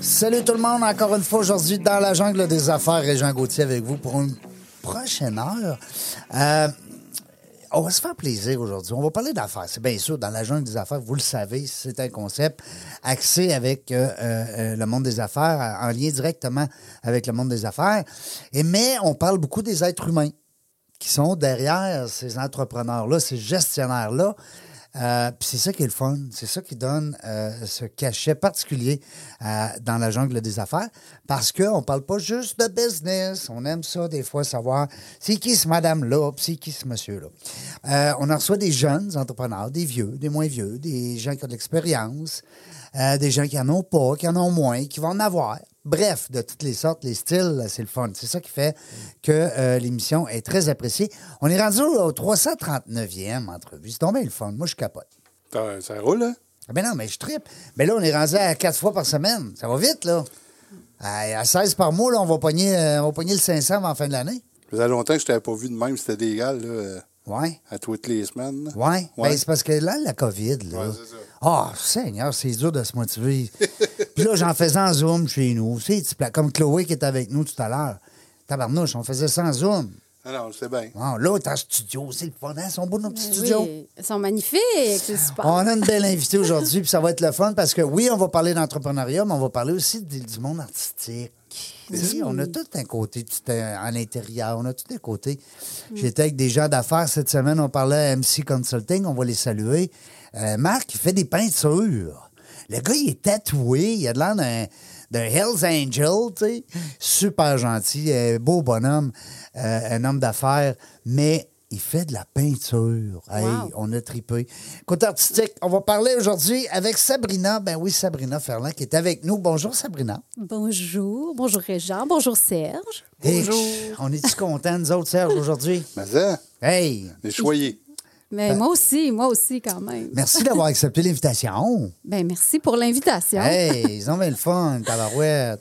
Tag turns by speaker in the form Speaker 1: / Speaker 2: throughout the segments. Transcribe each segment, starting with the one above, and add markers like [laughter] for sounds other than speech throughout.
Speaker 1: Salut tout le monde, encore une fois aujourd'hui dans la jungle des affaires et Jean Gauthier avec vous pour une prochaine heure. Euh, on va se faire plaisir aujourd'hui. On va parler d'affaires. C'est bien sûr dans la jungle des affaires, vous le savez, c'est un concept axé avec euh, euh, le monde des affaires, en lien directement avec le monde des affaires. Et mais on parle beaucoup des êtres humains qui sont derrière ces entrepreneurs-là, ces gestionnaires-là. Euh, puis c'est ça qui est le fun, c'est ça qui donne euh, ce cachet particulier euh, dans la jungle des affaires, parce qu'on ne parle pas juste de business, on aime ça des fois savoir c'est qui ce madame-là, puis c'est qui ce monsieur-là. Euh, on en reçoit des jeunes entrepreneurs, des vieux, des moins vieux, des gens qui ont de l'expérience, euh, des gens qui n'en ont pas, qui en ont moins, qui vont en avoir. Bref, de toutes les sortes, les styles, c'est le fun. C'est ça qui fait que euh, l'émission est très appréciée. On est rendu au 339e entrevue. C'est tombé le fun. Moi, je capote.
Speaker 2: Ça, ça roule, hein?
Speaker 1: Ah Ben non, mais je tripe. Mais là, on est rendu à quatre fois par semaine. Ça va vite, là. À, à 16 par mois, là, on, va pogner, euh, on va pogner le 500 avant la fin de l'année.
Speaker 2: Ça faisait longtemps que je t'avais pas vu de même, c'était légal, là, euh,
Speaker 1: Ouais.
Speaker 2: à toutes les semaines.
Speaker 1: Ouais.
Speaker 2: Ouais.
Speaker 1: Ben, c'est parce que là, la COVID, là.
Speaker 2: Ouais, c'est ça.
Speaker 1: Ah, Seigneur, c'est dur de se
Speaker 2: [laughs]
Speaker 1: motiver. Puis là, j'en faisais en Zoom chez nous. Tu sais, tu pla- comme Chloé qui était avec nous tout à l'heure. Tabarnouche, on faisait ça en Zoom.
Speaker 2: Ah non, je sais bien.
Speaker 1: Bon, là, on est en studio, c'est le fun, hein? Ils sont beaux nos petits
Speaker 3: Ben Oui,
Speaker 1: studios.
Speaker 3: Ils sont magnifiques, c'est super.
Speaker 1: Ah. On a une belle invitée aujourd'hui, puis ça va être le fun parce que oui, on va parler d'entrepreneuriat, mais on va parler aussi du, du monde artistique. Oui, on a tout un côté tout un- en intérieur, on a tout un côté. J'étais avec des gens d'affaires cette semaine, on parlait à MC Consulting, on va les saluer. Euh, Marc, il fait des peintures. Le gars, il est tatoué, il a de l'air d'un, d'un Hells Angel, tu sais. Super gentil, euh, beau bonhomme, euh, un homme d'affaires, mais il fait de la peinture. Hey,
Speaker 3: Wow.
Speaker 1: on a tripé. Côté artistique, on va parler aujourd'hui avec Sabrina. Ben oui, Sabrina Ferland qui est avec nous. Bonjour, Sabrina.
Speaker 3: Bonjour, bonjour Réjean, bonjour Serge.
Speaker 1: Hey, on est-tu contents, nous autres, Serge, aujourd'hui?
Speaker 2: Mais ça,
Speaker 1: Hey!
Speaker 2: les choyés.
Speaker 3: Mais moi aussi, moi aussi quand même.
Speaker 1: Merci d'avoir accepté l'invitation.
Speaker 3: Ben merci pour l'invitation.
Speaker 1: Hey, ils ont bien le fun, tabarouette.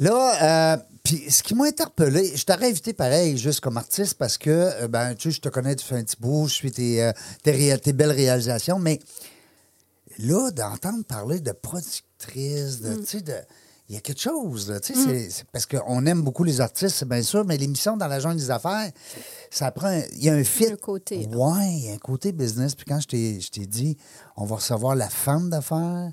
Speaker 1: Là, euh, puis ce qui m'a interpellé, je t'aurais invité pareil, juste comme artiste, parce que, euh, ben, tu sais, je te connais depuis un petit bout, je suis tes, euh, tes, réa- tes belles réalisations, mais là, d'entendre parler de productrice,
Speaker 3: Mm.
Speaker 1: de, tu sais, de... Il y a quelque chose, là, tu sais, c'est- c'est parce qu'on aime beaucoup les artistes, c'est bien sûr, mais l'émission dans la jungle des affaires, ça prend... un- Il y a un fit.
Speaker 3: Un côté, là.
Speaker 1: Ouais, il y a un côté business. Puis quand je t'ai je t'ai dit, on va recevoir la femme d'affaires,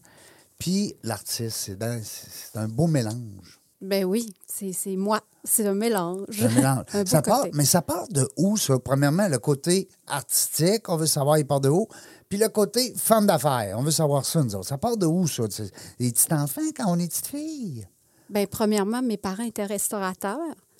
Speaker 1: puis l'artiste, c'est dans- c'est- c'est un beau mélange.
Speaker 3: Ben oui, c'est c'est moi, c'est un mélange.
Speaker 1: Un mélange.
Speaker 3: [laughs] Un beau
Speaker 1: ça part,
Speaker 3: cocktail.
Speaker 1: mais ça part de où, ça? Premièrement, le côté artistique, on veut savoir, il part de où. Puis le côté femme d'affaires, on veut savoir ça, nous autres. Ça part de où, ça? C'est- Les petits enfants quand on est petite fille?
Speaker 3: Ben premièrement, mes parents étaient restaurateurs.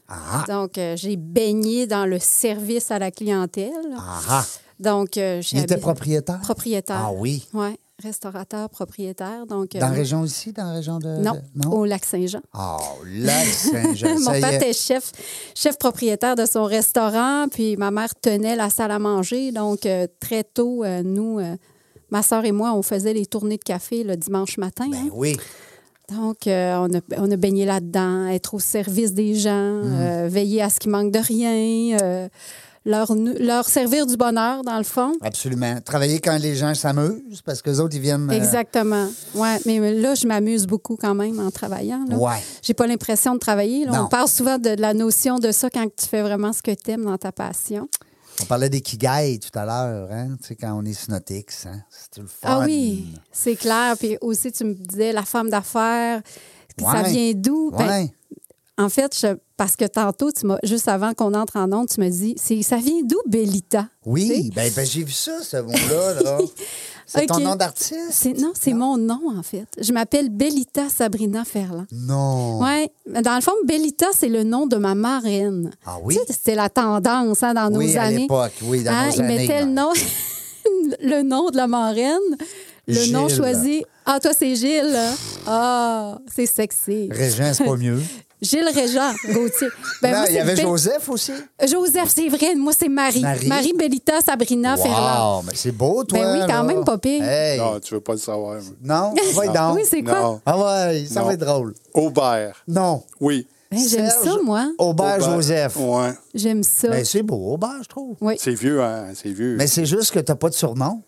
Speaker 1: Ah!
Speaker 3: Donc euh, j'ai baigné dans le service à la clientèle.
Speaker 1: Ah! ah.
Speaker 3: Donc euh, j'ai
Speaker 1: Il était
Speaker 3: habi-
Speaker 1: propriétaire?
Speaker 3: propriétaire.
Speaker 1: Ah oui.
Speaker 3: Ouais, restaurateur propriétaire. Donc
Speaker 1: Dans la
Speaker 3: euh,
Speaker 1: région ici, dans la région de.
Speaker 3: non,
Speaker 1: de- non?
Speaker 3: au lac Saint-Jean.
Speaker 1: Oh, là, Saint-Jean.
Speaker 3: [laughs] Mon
Speaker 1: ça y
Speaker 3: père
Speaker 1: est.
Speaker 3: était chef, chef propriétaire de son restaurant, puis ma mère tenait la salle à manger. Donc, euh, très tôt, euh, nous, euh, ma soeur et moi, on faisait les tournées de café le dimanche matin. hein.
Speaker 1: Ben oui.
Speaker 3: Donc, euh, on, a, on a baigné là-dedans, être au service des gens,
Speaker 1: Hum.
Speaker 3: euh, veiller à ce qu'il manque de rien, euh, leur, nu- leur servir du bonheur, dans le fond.
Speaker 1: Absolument. Travailler quand les gens s'amusent, parce que les autres, ils viennent. euh,
Speaker 3: Exactement. Ouais, mais là, je m'amuse beaucoup quand même en travaillant. là.
Speaker 1: Ouais.
Speaker 3: J'ai pas l'impression de travailler. là.
Speaker 1: Non.
Speaker 3: On parle souvent de, de la notion de ça quand tu fais vraiment ce que tu aimes dans ta passion.
Speaker 1: On parlait des kigai tout à l'heure, hein? Tu sais, quand on est synotix, hein? C'est tout le fun.
Speaker 3: Ah oui, c'est clair. Puis aussi, tu me disais la femme d'affaires, que ça
Speaker 1: Ouais.
Speaker 3: vient d'où?
Speaker 1: Ouais.
Speaker 3: Ben, en fait, je- parce que tantôt, tu m'as- juste avant qu'on entre en ondes, tu me dis, c'est- ça vient d'où, Bellita?
Speaker 1: oui, ben, ben, j'ai vu ça, ce mot-là. Là. C'est ton
Speaker 3: [laughs] Ok.
Speaker 1: nom d'artiste?
Speaker 3: C'est- Non, c'est mon nom, en fait. Je m'appelle Bellita Sabrina Ferland.
Speaker 1: Non.
Speaker 3: Oui, dans le fond, Bellita, c'est le nom de ma marraine.
Speaker 1: Ah oui?
Speaker 3: Tu sais, C'était la tendance hein, dans
Speaker 1: Oui,
Speaker 3: nos
Speaker 1: à
Speaker 3: années.
Speaker 1: l'époque, oui, dans nos
Speaker 3: ils
Speaker 1: années,
Speaker 3: mettaient le
Speaker 1: ouais.
Speaker 3: nom, [laughs] le nom de la marraine, le nom
Speaker 1: Gilles.
Speaker 3: choisi. Ah, toi, c'est Gilles. Ah, c'est sexy.
Speaker 1: Régent, c'est pas mieux.
Speaker 3: Gilles Régent
Speaker 1: [laughs]
Speaker 3: Gauthier. [laughs] Ben,
Speaker 1: Là,
Speaker 3: moi,
Speaker 1: il y
Speaker 3: c'est
Speaker 1: avait
Speaker 3: Bel-
Speaker 1: Joseph aussi.
Speaker 3: Joseph, c'est vrai. Moi, c'est Marie.
Speaker 1: Marie.
Speaker 3: Marie. Bellita Sabrina
Speaker 1: [laughs]
Speaker 3: Ferland.
Speaker 1: Wow, mais c'est beau, toi.
Speaker 3: Ben oui, quand
Speaker 1: là.
Speaker 3: même, pas pire.
Speaker 1: Hey.
Speaker 2: Non, Ah, tu veux pas le savoir. mais-
Speaker 3: [laughs]
Speaker 1: Non, va donc.
Speaker 3: Oui, c'est quoi?
Speaker 2: Non.
Speaker 1: Ah ouais, ça
Speaker 2: Non.
Speaker 1: va être drôle.
Speaker 2: Aubert.
Speaker 1: Non.
Speaker 2: Oui.
Speaker 3: Ben, J'aime
Speaker 1: Serge
Speaker 3: ça, moi.
Speaker 1: Aubert
Speaker 2: Aubert.
Speaker 1: Joseph.
Speaker 2: Ouais.
Speaker 3: J'aime ça.
Speaker 1: Ben, c'est beau, Aubert, je trouve.
Speaker 3: oui.
Speaker 2: C'est vieux, hein? C'est vieux.
Speaker 1: Mais c'est juste que t'as pas de surnom.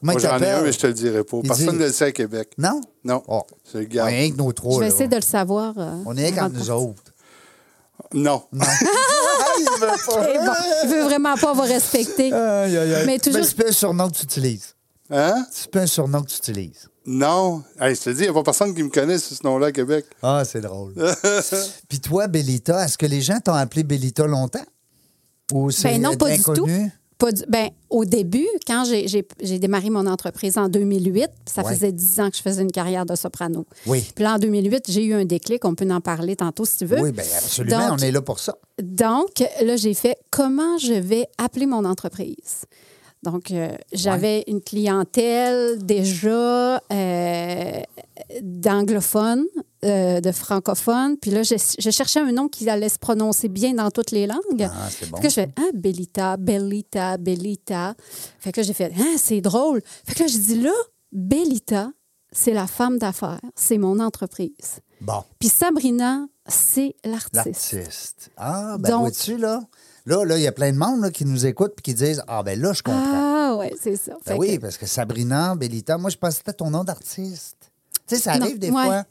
Speaker 1: Comment
Speaker 2: Moi,
Speaker 1: il
Speaker 2: j'en ai
Speaker 1: t'appelle?
Speaker 2: un, mais je te le dirai pas.
Speaker 1: Il
Speaker 2: Personne
Speaker 1: dit-
Speaker 2: ne le sait à Québec.
Speaker 1: Non?
Speaker 2: Non.
Speaker 1: Oh.
Speaker 2: Je le
Speaker 1: On
Speaker 2: garde.
Speaker 1: est rien que nos trois.
Speaker 3: Je vais
Speaker 1: là.
Speaker 3: essayer de le savoir. euh,
Speaker 1: On est rien
Speaker 3: avant
Speaker 1: qu'entre
Speaker 3: de
Speaker 1: nous
Speaker 3: partir.
Speaker 1: autres.
Speaker 2: Non. Ah,
Speaker 1: Il
Speaker 3: [laughs]
Speaker 1: veut pas.
Speaker 3: Et bon, il veut vraiment pas vous respecter.
Speaker 1: Aïe, aïe, aïe.
Speaker 3: Mais toujours-
Speaker 1: c'est pas un surnom que tu utilises.
Speaker 2: Hein?
Speaker 1: C'est pas un surnom que tu utilises.
Speaker 2: Non. Hey, je te dis, il n'y a pas personne qui me connaît sous ce nom-là à Québec.
Speaker 1: Ah, c'est drôle. Puis toi, Bellita, est-ce que les gens t'ont appelé Bellita longtemps? Ou c'est
Speaker 3: Ben non, pas du tout.
Speaker 1: inconnu?
Speaker 3: Pas du- ben, au début, quand j'ai- j'ai j'ai démarré mon entreprise en 2008, ça
Speaker 1: Ouais.
Speaker 3: faisait 10 ans que je faisais une carrière de soprano.
Speaker 1: Oui.
Speaker 3: Puis là, en 2008, j'ai eu un déclic. On peut en parler tantôt si tu veux.
Speaker 1: Oui, bien absolument,
Speaker 3: Donc,
Speaker 1: on est là pour ça.
Speaker 3: Donc, là, j'ai fait comment je vais appeler mon entreprise. Donc, euh, j'avais une clientèle déjà euh, d'anglophones, euh, de francophones. Puis là, je, je cherchais un nom qui allait se prononcer bien dans toutes les langues.
Speaker 1: Ah, c'est bon,
Speaker 3: Fait que je fais, ah, Bellita, Bellita, Bellita. Fait que là, j'ai fait, ah, c'est drôle. Fait que là, j'ai dit, là, Bellita, c'est la femme d'affaires, c'est mon entreprise.
Speaker 1: Bon,
Speaker 3: Puis Sabrina, c'est l'artiste.
Speaker 1: l'artiste. Ah, ben
Speaker 3: Donc-
Speaker 1: vois-tu, là? Là, là, il y a plein de monde là, qui nous écoutent et qui disent Ah, ben là, je comprends.
Speaker 3: Ah, ouais, c'est ça.
Speaker 1: Ben
Speaker 3: Fait
Speaker 1: oui,
Speaker 3: que-
Speaker 1: parce que Sabrina, Bellita, moi, je pensais que c'était ton nom d'artiste. Tu sais, ça
Speaker 3: Non,
Speaker 1: arrive des
Speaker 3: ouais.
Speaker 1: fois.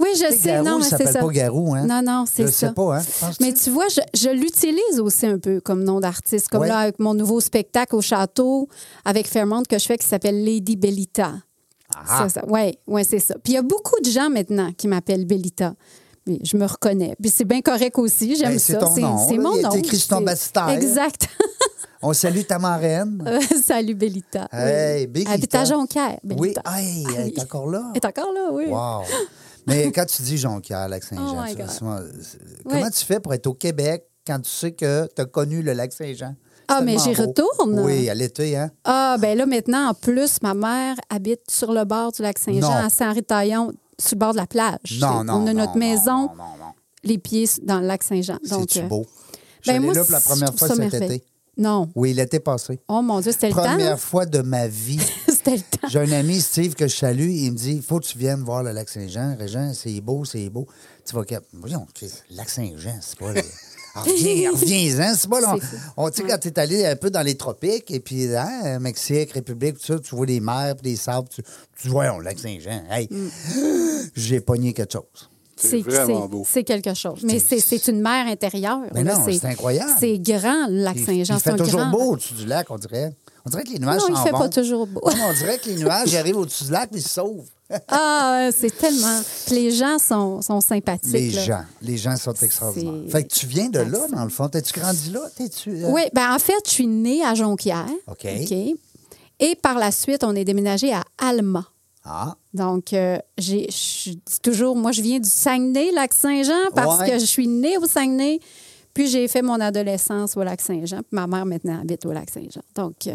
Speaker 3: oui, je
Speaker 1: Tu
Speaker 3: sais.
Speaker 1: sais, Garou,
Speaker 3: non,
Speaker 1: il
Speaker 3: mais c'est
Speaker 1: s'appelle
Speaker 3: ça.
Speaker 1: pas Garou, hein?
Speaker 3: Non, non,
Speaker 1: Je
Speaker 3: c'est
Speaker 1: le
Speaker 3: ça.
Speaker 1: sais pas, hein? Penses-tu?
Speaker 3: Mais tu vois, je, je l'utilise aussi un peu comme nom d'artiste. Comme
Speaker 1: Ouais.
Speaker 3: là, avec mon nouveau spectacle au château avec Fairmont que je fais qui s'appelle Lady Bellita.
Speaker 1: Ah.
Speaker 3: Ça, ça, ouais, ouais, c'est ça. Puis il y a beaucoup de gens maintenant qui m'appellent Bellita. Mais je me reconnais. Puis c'est bien correct aussi. J'aime
Speaker 1: Ben, c'est
Speaker 3: ça.
Speaker 1: ton nom,
Speaker 3: c'est
Speaker 1: là.
Speaker 3: mon
Speaker 1: Il est
Speaker 3: nom.
Speaker 1: écrit sur ton
Speaker 3: C'est-
Speaker 1: baptistère.
Speaker 3: Exact. [laughs]
Speaker 1: On salue ta marraine.
Speaker 3: Euh, Salut Bellita. Oui.
Speaker 1: Hey, Bellita.
Speaker 3: Habite à Jonquière.
Speaker 1: oui,
Speaker 3: Bellita.
Speaker 1: hey, elle est encore là.
Speaker 3: Elle est encore là, oui. [laughs]
Speaker 1: Wow. Mais quand tu dis Jonquière, Lac-Saint-Jean,
Speaker 3: Oh my
Speaker 1: tu vois,
Speaker 3: God.
Speaker 1: souvent, c'est- comment
Speaker 3: Oui.
Speaker 1: tu fais pour être au Québec quand tu sais que tu as connu le Lac-Saint-Jean? C'est
Speaker 3: Ah, mais
Speaker 1: tellement
Speaker 3: j'y
Speaker 1: beau.
Speaker 3: retourne.
Speaker 1: Oui, à l'été, hein?
Speaker 3: Ah, ben là, maintenant, en plus, ma mère habite sur le bord du lac Saint-Jean,
Speaker 1: Non.
Speaker 3: à Saint-Ritaillon, sur le bord de la plage.
Speaker 1: Non, non.
Speaker 3: On a
Speaker 1: non, non,
Speaker 3: notre maison,
Speaker 1: Non, non, non.
Speaker 3: les pieds dans le lac Saint-Jean. Donc,
Speaker 1: C'est-tu
Speaker 3: euh,
Speaker 1: beau? Je
Speaker 3: ben
Speaker 1: suis
Speaker 3: moi,
Speaker 1: allé là pour la
Speaker 3: je
Speaker 1: première
Speaker 3: trouve
Speaker 1: fois
Speaker 3: ça
Speaker 1: cet
Speaker 3: merveilleux.
Speaker 1: été.
Speaker 3: Non.
Speaker 1: Oui, l'été passé.
Speaker 3: Oh mon Dieu, c'était le
Speaker 1: Première
Speaker 3: temps.
Speaker 1: fois de ma vie.
Speaker 3: [laughs] C'était le temps.
Speaker 1: J'ai un ami, Steve, que je salue. Il me dit faut que tu viennes voir le lac Saint-Jean. Régent, c'est beau, c'est beau. Tu vas cap. Voyons, Chris, le lac Saint-Jean, c'est
Speaker 3: [laughs]
Speaker 1: pas. le- Ah, Reviens, reviens-en, c'est pas long.
Speaker 3: C'est fou.
Speaker 1: On, tu sais, quand t'es allé un peu dans les tropiques, et puis, hein, Mexique, République, tout ça, tu vois les mers, puis les sables, tu, tu vois, on, lac Saint-Jean. Hey,
Speaker 3: Mm.
Speaker 1: [gasps] j'ai pogné quelque chose.
Speaker 2: C'est vraiment beau.
Speaker 3: C'est quelque chose. Mais c'est c'est une mer intérieure.
Speaker 1: Mais
Speaker 3: là.
Speaker 1: non, c'est incroyable.
Speaker 3: C'est grand, le lac
Speaker 1: Il-
Speaker 3: Saint-Jean.
Speaker 1: Il fait
Speaker 3: C'est un
Speaker 1: toujours
Speaker 3: grand-
Speaker 1: beau au-dessus du lac, on dirait. On dirait que les nuages
Speaker 3: Non, il
Speaker 1: s'en
Speaker 3: fait
Speaker 1: vont.
Speaker 3: pas toujours beau.
Speaker 1: Non, mais on dirait que les nuages arrivent au-dessus du lac, mais ils se sauvent.
Speaker 3: Ah, c'est tellement. Puis les gens sont, sont sympathiques.
Speaker 1: Les
Speaker 3: là.
Speaker 1: gens. Les gens sont extraordinaires.
Speaker 3: C'est-
Speaker 1: Fait que tu viens de là,
Speaker 3: Absolument.
Speaker 1: dans le fond. T'es-tu grandi là? T'es-tu. euh,
Speaker 3: Oui, ben en fait, je suis née à Jonquière.
Speaker 1: OK.
Speaker 3: Et par la suite, on est déménagé à Alma.
Speaker 1: Ah,
Speaker 3: Donc, euh, j'ai- je dis toujours, moi, je viens du Saguenay, Lac-Saint-Jean, parce
Speaker 1: Ouais.
Speaker 3: que je suis née au Saguenay. Puis j'ai fait mon adolescence au Lac-Saint-Jean. Puis ma mère, maintenant, habite au Lac-Saint-Jean. Donc, euh,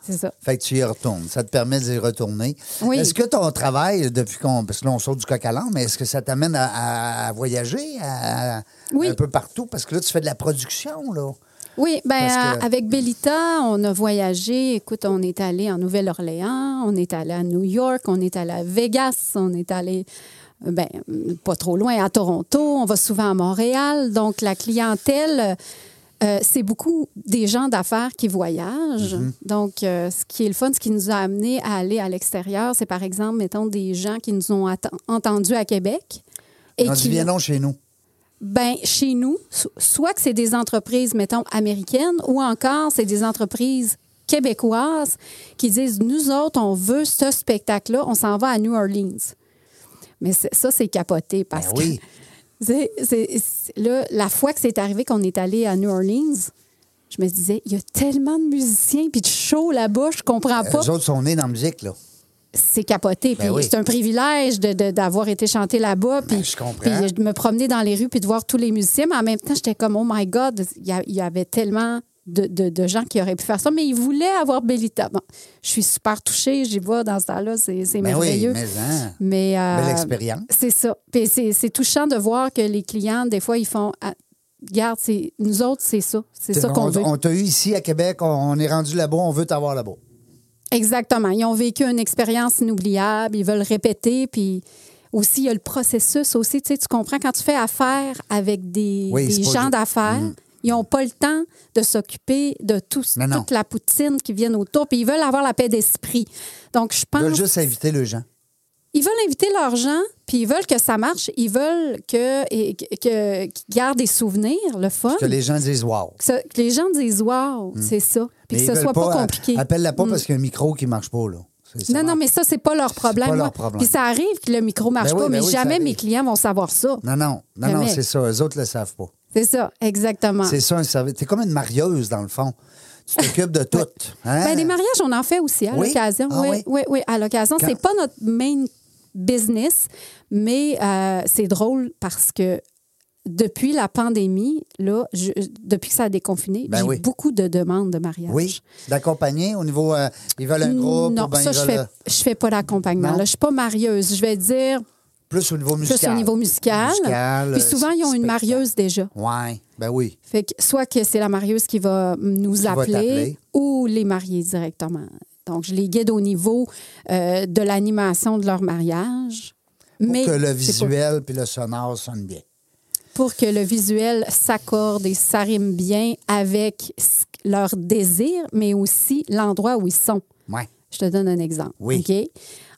Speaker 3: c'est ça.
Speaker 1: fait que tu y retournes. Ça te permet d'y retourner.
Speaker 3: Oui.
Speaker 1: Est-ce que ton travail, depuis qu'on. Parce que là, on sort du coq à l'âne, mais est-ce que ça t'amène à, à- à voyager à-
Speaker 3: Oui.
Speaker 1: un peu partout? Parce que là, tu fais de la production, là.
Speaker 3: Oui, ben
Speaker 1: Parce que-
Speaker 3: euh, avec Bellita, on a voyagé. Écoute, on est allé en Nouvelle-Orléans, on est allé à New York, on est allé à Vegas, on est allé euh, ben pas trop loin à Toronto, on va souvent à Montréal. Donc la clientèle euh, c'est beaucoup des gens d'affaires qui voyagent.
Speaker 1: Mm-hmm.
Speaker 3: Donc, euh, ce qui est le fun, ce qui nous a amené à aller à l'extérieur, c'est par exemple, mettons, des gens qui nous ont atten- entendus à Québec. Et
Speaker 1: on dit,
Speaker 3: qui
Speaker 1: viens donc chez nous.
Speaker 3: ben, chez nous, so- soit que c'est des entreprises, mettons, américaines, ou encore c'est des entreprises québécoises qui disent Nous autres, on veut ce spectacle-là, on s'en va à New Orleans. Mais c'est- ça, c'est capoté parce
Speaker 1: Ben oui.
Speaker 3: que. c'est- c'est- c'est- là, la fois que c'est arrivé qu'on est allé à New Orleans, je me disais, il y a tellement de musiciens puis de shows là-bas, je comprends pas.
Speaker 1: Les autres sont nés dans la musique, là.
Speaker 3: c'est
Speaker 1: Ben
Speaker 3: capoté. puis
Speaker 1: oui. Ben,
Speaker 3: c'est un privilège de- de- d'avoir été chanté là-bas. Puis,
Speaker 1: je comprends.
Speaker 3: puis de me promener dans les rues puis de voir tous les musiciens. Mais en même temps, j'étais comme, oh my God, il y a- il y, avait tellement de, de- de gens qui auraient pu faire ça. Mais ils voulaient avoir Bellita. Bon, je suis super touchée. J'y vois dans ce temps-là. C'est c'est
Speaker 1: Ben oui,
Speaker 3: merveilleux.
Speaker 1: mais, hein.
Speaker 3: Mais, euh,
Speaker 1: Belle expérience.
Speaker 3: C'est ça. Puis c'est c'est touchant de voir que les clients, des fois, ils font. Ah, Regarde, c'est- nous autres, c'est ça. C'est ça qu'on
Speaker 1: on
Speaker 3: veut.
Speaker 1: on t'a eu ici à Québec, on, on est rendu là-bas, on veut t'avoir là-bas.
Speaker 3: Exactement. Ils ont vécu une expérience inoubliable, ils veulent répéter, puis aussi, il y a le processus aussi. Tu, sais, tu comprends, quand tu fais affaire avec des,
Speaker 1: Oui,
Speaker 3: des
Speaker 1: c'est pas
Speaker 3: gens
Speaker 1: du-
Speaker 3: d'affaires, ils n'ont pas le temps de s'occuper de tout,
Speaker 1: Non, non.
Speaker 3: toute la poutine qui vient autour, puis ils veulent avoir la paix d'esprit. Donc, je
Speaker 1: Ils
Speaker 3: pense...
Speaker 1: veulent juste inviter les gens.
Speaker 3: Ils veulent inviter leurs gens, puis ils veulent que ça marche, ils veulent que, et- que, que- qu'ils gardent des souvenirs, le fun.
Speaker 1: Que les gens disent wow.
Speaker 3: Que, ça- que les gens disent « wow, c'est ça », puis
Speaker 1: Mais
Speaker 3: que
Speaker 1: ils
Speaker 3: ce
Speaker 1: veulent
Speaker 3: soit pas, compliqué. Mm.
Speaker 1: Appelle-la pas parce qu'il y a un micro qui marche pas, là. C'est ça.
Speaker 3: Non, non, mais ça, c'est pas leur problème.
Speaker 1: pas leur
Speaker 3: Moi,
Speaker 1: problème.
Speaker 3: Puis ça arrive que le micro marche
Speaker 1: Ben oui,
Speaker 3: pas,
Speaker 1: ben
Speaker 3: mais
Speaker 1: oui, ça
Speaker 3: jamais
Speaker 1: arrive.
Speaker 3: mes clients vont savoir ça.
Speaker 1: Non, non, non, non,
Speaker 3: Jamais. Ah.
Speaker 1: c'est ça. Eux autres le savent pas.
Speaker 3: C'est ça, exactement.
Speaker 1: C'est ça un service. T'es comme une marieuse, dans le fond. Tu t'occupes
Speaker 3: [laughs]
Speaker 1: de tout. Hein?
Speaker 3: Ben, des mariages, on en fait aussi à
Speaker 1: Oui?
Speaker 3: l'occasion.
Speaker 1: Ah
Speaker 3: oui,
Speaker 1: oui?
Speaker 3: oui, oui, à l'occasion.
Speaker 1: Quand-
Speaker 3: C'est pas notre main business, mais euh, c'est drôle parce que depuis la pandémie, là, je- depuis que ça a déconfiné,
Speaker 1: Ben
Speaker 3: j'ai
Speaker 1: oui.
Speaker 3: beaucoup de demandes de mariage.
Speaker 1: Oui, d'accompagner au niveau. euh, ils veulent un groupe.
Speaker 3: non,
Speaker 1: ou ben
Speaker 3: ça,
Speaker 1: ils
Speaker 3: je
Speaker 1: veulent,
Speaker 3: fais,
Speaker 1: euh,
Speaker 3: je fais pas d'accompagnement.
Speaker 1: Non.
Speaker 3: là. Je suis pas marieuse. Je vais dire
Speaker 1: Plus au niveau musical.
Speaker 3: plus au niveau musical.
Speaker 1: Musical,
Speaker 3: Puis
Speaker 1: euh,
Speaker 3: souvent, ils ont une
Speaker 1: spectacle.
Speaker 3: marieuse déjà.
Speaker 1: Oui, ben oui.
Speaker 3: Fait que soit que c'est la marieuse qui va nous
Speaker 1: va
Speaker 3: appeler,
Speaker 1: t'appeler.
Speaker 3: ou les mariés directement. Donc, je les guide au niveau euh, de l'animation de leur mariage.
Speaker 1: Pour
Speaker 3: mais
Speaker 1: que le
Speaker 3: c'est
Speaker 1: visuel puis le sonore sonnent bien.
Speaker 3: Pour, pour que le visuel s'accorde et s'arrime bien avec ce- leur désir, mais aussi l'endroit où ils sont.
Speaker 1: Ouais.
Speaker 3: Je te donne un exemple.
Speaker 1: Oui.
Speaker 3: OK?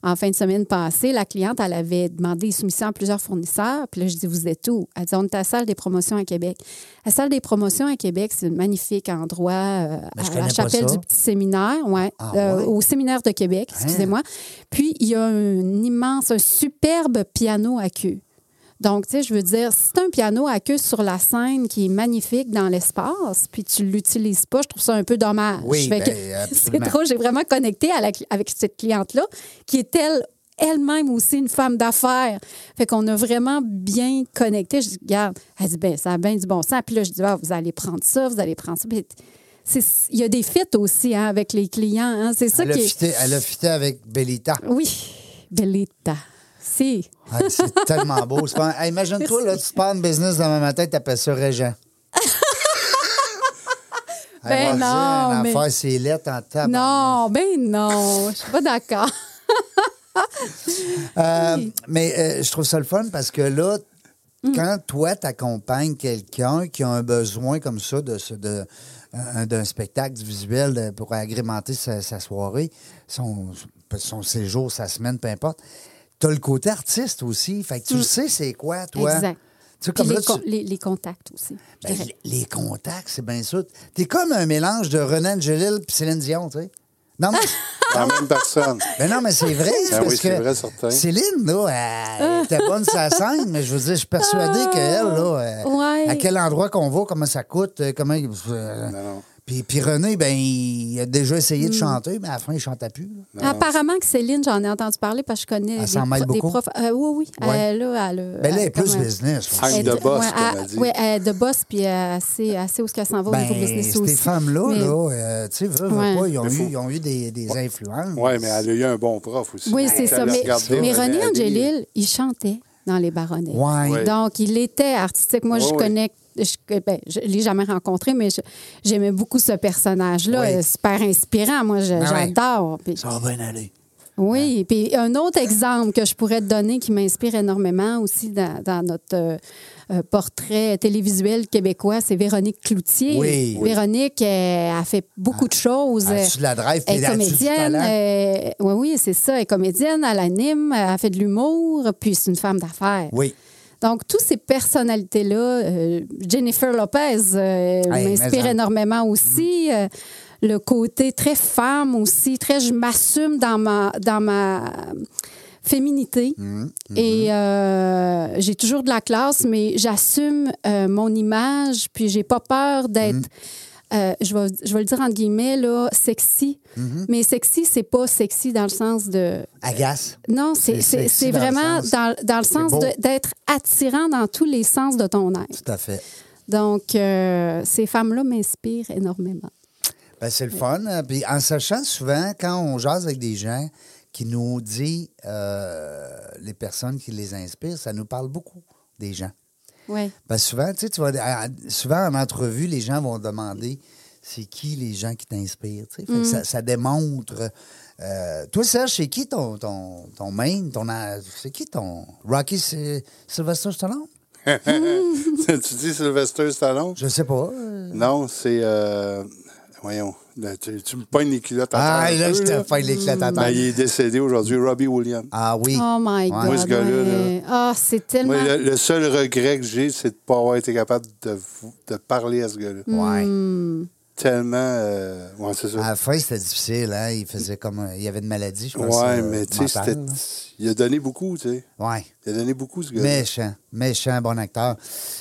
Speaker 3: En fin de semaine passée, la cliente, elle avait demandé des soumissions à plusieurs fournisseurs. Puis là, je dis, vous êtes où? Elle dit, on est à la salle des promotions à Québec. La salle des promotions à Québec, c'est un magnifique endroit euh,
Speaker 1: Mais je
Speaker 3: à
Speaker 1: connais
Speaker 3: la
Speaker 1: pas
Speaker 3: chapelle
Speaker 1: ça.
Speaker 3: du Petit Séminaire, ouais,
Speaker 1: Ah
Speaker 3: euh,
Speaker 1: ouais? Hein?
Speaker 3: au Séminaire de Québec, excusez-moi. Puis, il y a un immense, un superbe piano à queue. Donc, tu sais, je veux dire, si t'as un piano à queue sur la scène qui est magnifique dans l'espace, puis tu l'utilises pas, je trouve ça un peu dommage.
Speaker 1: Oui,
Speaker 3: Fait que
Speaker 1: ben, absolument.
Speaker 3: [laughs] c'est drôle, j'ai vraiment connecté à la cli- avec cette cliente-là, qui est elle, elle-même aussi une femme d'affaires. Fait qu'on a vraiment bien connecté. Je dis, regarde, elle dit, ben, ça a bien du bon sens. Puis là, je dis, ah, vous allez prendre ça, vous allez prendre ça. Puis c'est- il y a des fits aussi hein, avec les clients. hein. C'est ça
Speaker 1: Elle a,
Speaker 3: qui est-
Speaker 1: fité, elle a fité avec Bellita.
Speaker 3: Oui, Bellita. Si.
Speaker 1: Ouais, Ah,
Speaker 3: [laughs]
Speaker 1: c'est tellement beau. C'est pas- Hey, Imagine-toi, là, tu te pars une business demain matin, tu appelles ça
Speaker 3: [laughs]
Speaker 1: Régent.
Speaker 3: Ben non, mais-
Speaker 1: L'affaire, c'est lettre en table.
Speaker 3: Non, ben non, je suis pas d'accord.
Speaker 1: Euh, mais euh, je trouve ça le fun parce que là,
Speaker 3: Mm.
Speaker 1: quand toi, t'accompagnes quelqu'un qui a un besoin comme ça de ce- de- un- d'un spectacle du visuel de- pour agrémenter sa, sa soirée, son, son séjour, sa semaine, peu importe, t'as le côté artiste aussi. Fait que tu sais c'est quoi, toi.
Speaker 3: Mm. Exact.
Speaker 1: Tu sais,
Speaker 3: Puis
Speaker 1: comme
Speaker 3: les,
Speaker 1: là, tu-
Speaker 3: con- les- les contacts aussi. je
Speaker 1: ben,
Speaker 3: dirais.
Speaker 1: les les contacts, c'est bien sûr. T'es comme un mélange de Renan Angelil et Céline Dion, tu sais. Non,
Speaker 3: [laughs]
Speaker 1: mais...
Speaker 2: La même personne.
Speaker 1: Ben non, mais c'est vrai.
Speaker 2: Ben
Speaker 1: parce
Speaker 2: oui, c'est
Speaker 1: que
Speaker 2: vrai, certain.
Speaker 1: Céline, là, elle était bonne sa scène, mais je veux dire, je suis persuadé
Speaker 3: Ah,
Speaker 1: qu'elle, là, euh,
Speaker 3: ouais.
Speaker 1: à quel endroit qu'on va, comment ça coûte, euh, comment. euh,
Speaker 2: non.
Speaker 1: Puis, puis René, ben, il a déjà essayé
Speaker 3: Mm.
Speaker 1: de chanter, mais à la fin, il chantait plus. là.
Speaker 3: Ah, Apparemment que Céline, j'en ai entendu parler parce que je connais
Speaker 1: Elle
Speaker 3: des
Speaker 1: s'en mêle
Speaker 3: pro- des,
Speaker 1: beaucoup?
Speaker 3: profs. euh, oui, oui.
Speaker 1: Ouais.
Speaker 3: Elle, là, elle, euh,
Speaker 1: Ben là, elle
Speaker 3: elle
Speaker 1: est plus
Speaker 3: comme, euh,
Speaker 1: business. là.
Speaker 2: Ah, Elle est de boss,
Speaker 3: ouais,
Speaker 2: comme
Speaker 3: elle-
Speaker 2: on dit.
Speaker 3: ouais, elle est de boss, puis euh, assez, assez où ce qu'elle s'en va au niveau
Speaker 1: Ben,
Speaker 3: business
Speaker 1: ces
Speaker 3: aussi.
Speaker 1: femmes-là,
Speaker 3: Mais-
Speaker 1: là, euh, tu sais, veulent, veulent
Speaker 3: Ouais.
Speaker 1: pas, ils ont,
Speaker 2: Mais faut-
Speaker 1: eu, ils ont eu des, des influences.
Speaker 2: Oui, mais elle a eu un bon prof aussi.
Speaker 3: Oui, c'est
Speaker 2: Elle
Speaker 3: ça.
Speaker 2: a
Speaker 3: Mais,
Speaker 2: regardé René
Speaker 3: mais René
Speaker 2: Halli.
Speaker 3: Angelil, il chantait dans Les Baronnets.
Speaker 1: Ouais.
Speaker 2: Ouais.
Speaker 3: Donc, il était artistique. Moi,
Speaker 2: Ouais,
Speaker 3: je
Speaker 2: ouais.
Speaker 3: connais. Je ne l'ai jamais rencontré, mais je- j'aimais beaucoup ce personnage-là.
Speaker 1: Ouais. Ben,
Speaker 3: Euh, Super inspirant. Moi, je-
Speaker 1: ouais.
Speaker 3: j'adore. Puis-
Speaker 1: Ça va bien aller.
Speaker 3: Oui, puis un autre exemple que je pourrais te donner qui m'inspire énormément aussi dans, dans notre euh, euh, portrait télévisuel québécois, c'est Véronique Cloutier.
Speaker 1: Oui. Oui.
Speaker 3: Véronique, euh, elle fait beaucoup de choses. euh,
Speaker 1: Elle a-tu de la drive, puis
Speaker 3: Elle
Speaker 1: elle
Speaker 3: est
Speaker 1: a-tu du
Speaker 3: comédienne.
Speaker 1: talent?
Speaker 3: euh, oui, oui, c'est ça. Elle est comédienne, elle anime, elle fait de l'humour, puis c'est une femme d'affaires.
Speaker 1: Oui.
Speaker 3: Donc, toutes ces personnalités-là, euh, Jennifer Lopez euh,
Speaker 1: Hey,
Speaker 3: m'inspire
Speaker 1: mais Mm. en-
Speaker 3: énormément aussi. euh, le côté très femme aussi, très je m'assume dans ma, dans ma féminité.
Speaker 1: Mm, mm-hmm.
Speaker 3: Et euh, j'ai toujours de la classe, mais j'assume euh, mon image, puis j'ai pas peur d'être.
Speaker 1: Mm-hmm.
Speaker 3: euh, je, vais, je vais le dire entre guillemets, là, sexy.
Speaker 1: Mm-hmm.
Speaker 3: Mais sexy, c'est pas sexy dans le sens de.
Speaker 1: Agace.
Speaker 3: Non, c'est-
Speaker 1: C'est
Speaker 3: c'est
Speaker 1: sexy
Speaker 3: c'est
Speaker 1: dans le
Speaker 3: vraiment
Speaker 1: sens-
Speaker 3: dans, dans le sens
Speaker 1: beau.
Speaker 3: de- d'être attirant dans tous les sens de ton être.
Speaker 1: Tout à fait.
Speaker 3: Donc, euh, ces femmes-là m'inspirent énormément.
Speaker 1: Ben, c'est le fun. hein. Puis en sachant souvent, quand on jase avec des gens qui nous disent euh, les personnes qui les inspirent, ça nous parle beaucoup des gens.
Speaker 3: Oui.
Speaker 1: Ben, souvent, tu sais, tu vas, à- souvent en entrevue, les gens vont demander c'est qui les gens qui t'inspirent. tu sais. Fait que
Speaker 2: Mm.
Speaker 1: ça, ça démontre. euh, toi, Serge, c'est qui ton, ton, ton main? Ton, a- c'est qui ton. Rocky c'est Sylvester Stallone?
Speaker 2: [laughs] tu dis Sylvester Stallone?
Speaker 1: Je sais pas. euh.
Speaker 2: Non, c'est. euh, Voyons. là, tu, tu me pognes les culottes à
Speaker 1: Ah,
Speaker 2: terre un
Speaker 1: là,
Speaker 2: peu,
Speaker 1: je
Speaker 2: là.
Speaker 1: te fais
Speaker 2: Ben,
Speaker 1: l'éclatateur.
Speaker 2: il est décédé aujourd'hui, Robbie Williams.
Speaker 1: Ah oui.
Speaker 3: Oh my God.
Speaker 2: Moi, ce gars-là,
Speaker 3: ouais. Ah, c'est tellement.
Speaker 2: Moi, le, le seul regret que j'ai, c'est de ne pas avoir été capable de, vous- de parler à ce gars-là.
Speaker 1: Ouais.
Speaker 3: Hmm.
Speaker 2: Tellement. euh, ouais, c'est ça.
Speaker 1: À la fin, c'était difficile. Hein? Il faisait comme. euh, Il y avait une maladie, je pense.
Speaker 2: ouais,
Speaker 1: euh,
Speaker 2: mais tu sais,
Speaker 1: mentale,
Speaker 2: c'était.
Speaker 1: là.
Speaker 2: Il a donné beaucoup, tu sais.
Speaker 1: Ouais.
Speaker 2: Il a donné beaucoup, ce gars-là.
Speaker 1: Méchant. Méchant, bon acteur.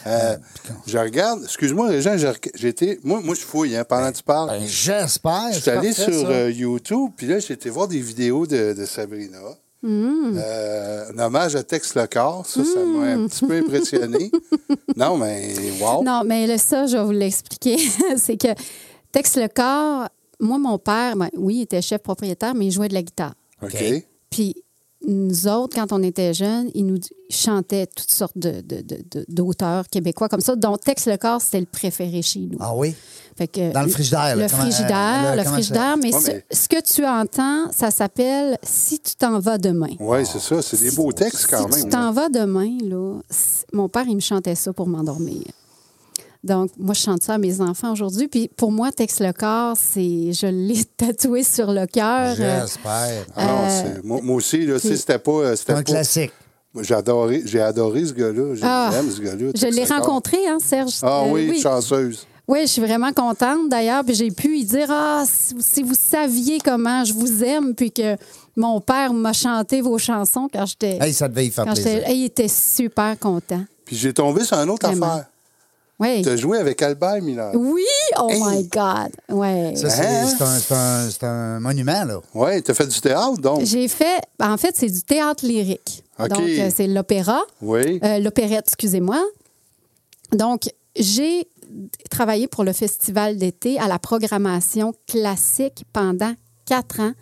Speaker 2: Euh,
Speaker 1: Euh, puis qu'on-
Speaker 2: je regarde, excuse-moi, les gens, j'étais. Moi, moi, je fouille hein, pendant que tu parles.
Speaker 1: Ben, J'espère.
Speaker 2: je suis
Speaker 1: c'est
Speaker 2: allé
Speaker 1: parfait,
Speaker 2: sur
Speaker 1: ça.
Speaker 2: euh, YouTube, puis là, j'ai été voir des vidéos de, de Sabrina.
Speaker 3: Hmm.
Speaker 2: Euh, un hommage à Tex Lecor, ça, ça m'a un petit peu
Speaker 3: [laughs]
Speaker 2: impressionné. non, mais
Speaker 1: Oh.
Speaker 2: wow.
Speaker 3: Non, mais le, ça, je vais vous l'expliquer. [laughs] c'est que Tex Le Corps, moi, mon père, ben, oui, il était chef propriétaire, mais il jouait de la guitare.
Speaker 2: OK.
Speaker 1: OK.
Speaker 3: Puis nous autres, quand on était jeunes, ils nous chantaient toutes sortes de- de- de- de- d'auteurs québécois comme ça, dont Tex Le Corps, c'était le préféré chez nous.
Speaker 1: Ah oui?
Speaker 3: Fait que-
Speaker 1: Dans le frigidaire, là,
Speaker 3: Le
Speaker 1: comment-
Speaker 3: frigidaire,
Speaker 1: euh, là,
Speaker 3: le
Speaker 1: comment ça-
Speaker 3: frigidaire, mais,
Speaker 2: Ouais,
Speaker 3: ce-
Speaker 2: mais-
Speaker 3: Ce, que tu entends, ça s'appelle Si tu t'en vas demain.
Speaker 2: Oui, c'est ça. C'est des beaux textes quand
Speaker 3: si
Speaker 2: même. hein. là.
Speaker 3: tu t'en vas demain, là, c- mon père, il me chantait ça pour m'endormir. Donc, moi, je chante ça à mes enfants aujourd'hui. Puis pour moi, Tex le corps, c'est je l'ai [laughs] tatoué sur le cœur. Euh,
Speaker 1: J'espère.
Speaker 2: Ah non,
Speaker 3: Euh,
Speaker 2: c'est- moi, moi aussi, là, tu sais, c'était pas. euh,
Speaker 1: C'est
Speaker 2: c'était
Speaker 1: un
Speaker 2: pas-
Speaker 1: classique.
Speaker 2: Moi, J'ai adoré, j'ai adoré ce gars-là. J'ai-
Speaker 3: Ah,
Speaker 2: J'aime ce gars-là.
Speaker 3: Je
Speaker 2: Tex
Speaker 3: l'ai
Speaker 2: Lecor.
Speaker 3: rencontré, hein, Serge.
Speaker 2: Ah
Speaker 3: Euh,
Speaker 2: oui, chanceuse.
Speaker 3: Oui, je suis vraiment contente d'ailleurs. Puis j'ai pu y dire Ah, si, si vous saviez comment je vous aime, puis que mon père m'a chanté vos chansons quand j'étais.
Speaker 1: Hey, ça devait y faire
Speaker 3: quand j'étais-
Speaker 1: plaisir.
Speaker 3: Hey, il était super content.
Speaker 2: Puis j'ai tombé sur une autre
Speaker 3: Vraiment.
Speaker 2: affaire.
Speaker 3: Ah, Oui.
Speaker 2: Tu as joué avec Albert Miller.
Speaker 3: Oui, oh
Speaker 2: Hey.
Speaker 3: my God. Ouais.
Speaker 1: Ça, c'est
Speaker 2: Hein?
Speaker 1: c'est un, c'est un- c'est un monument, là.
Speaker 2: Oui, tu as fait du théâtre, donc.
Speaker 3: J'ai fait, en fait, c'est du théâtre lyrique.
Speaker 2: OK.
Speaker 3: Donc, euh, c'est l'opéra,
Speaker 2: Oui.
Speaker 3: euh, l'opérette, excusez-moi. Donc, j'ai travaillé pour le festival d'été à la programmation classique pendant quatre ans,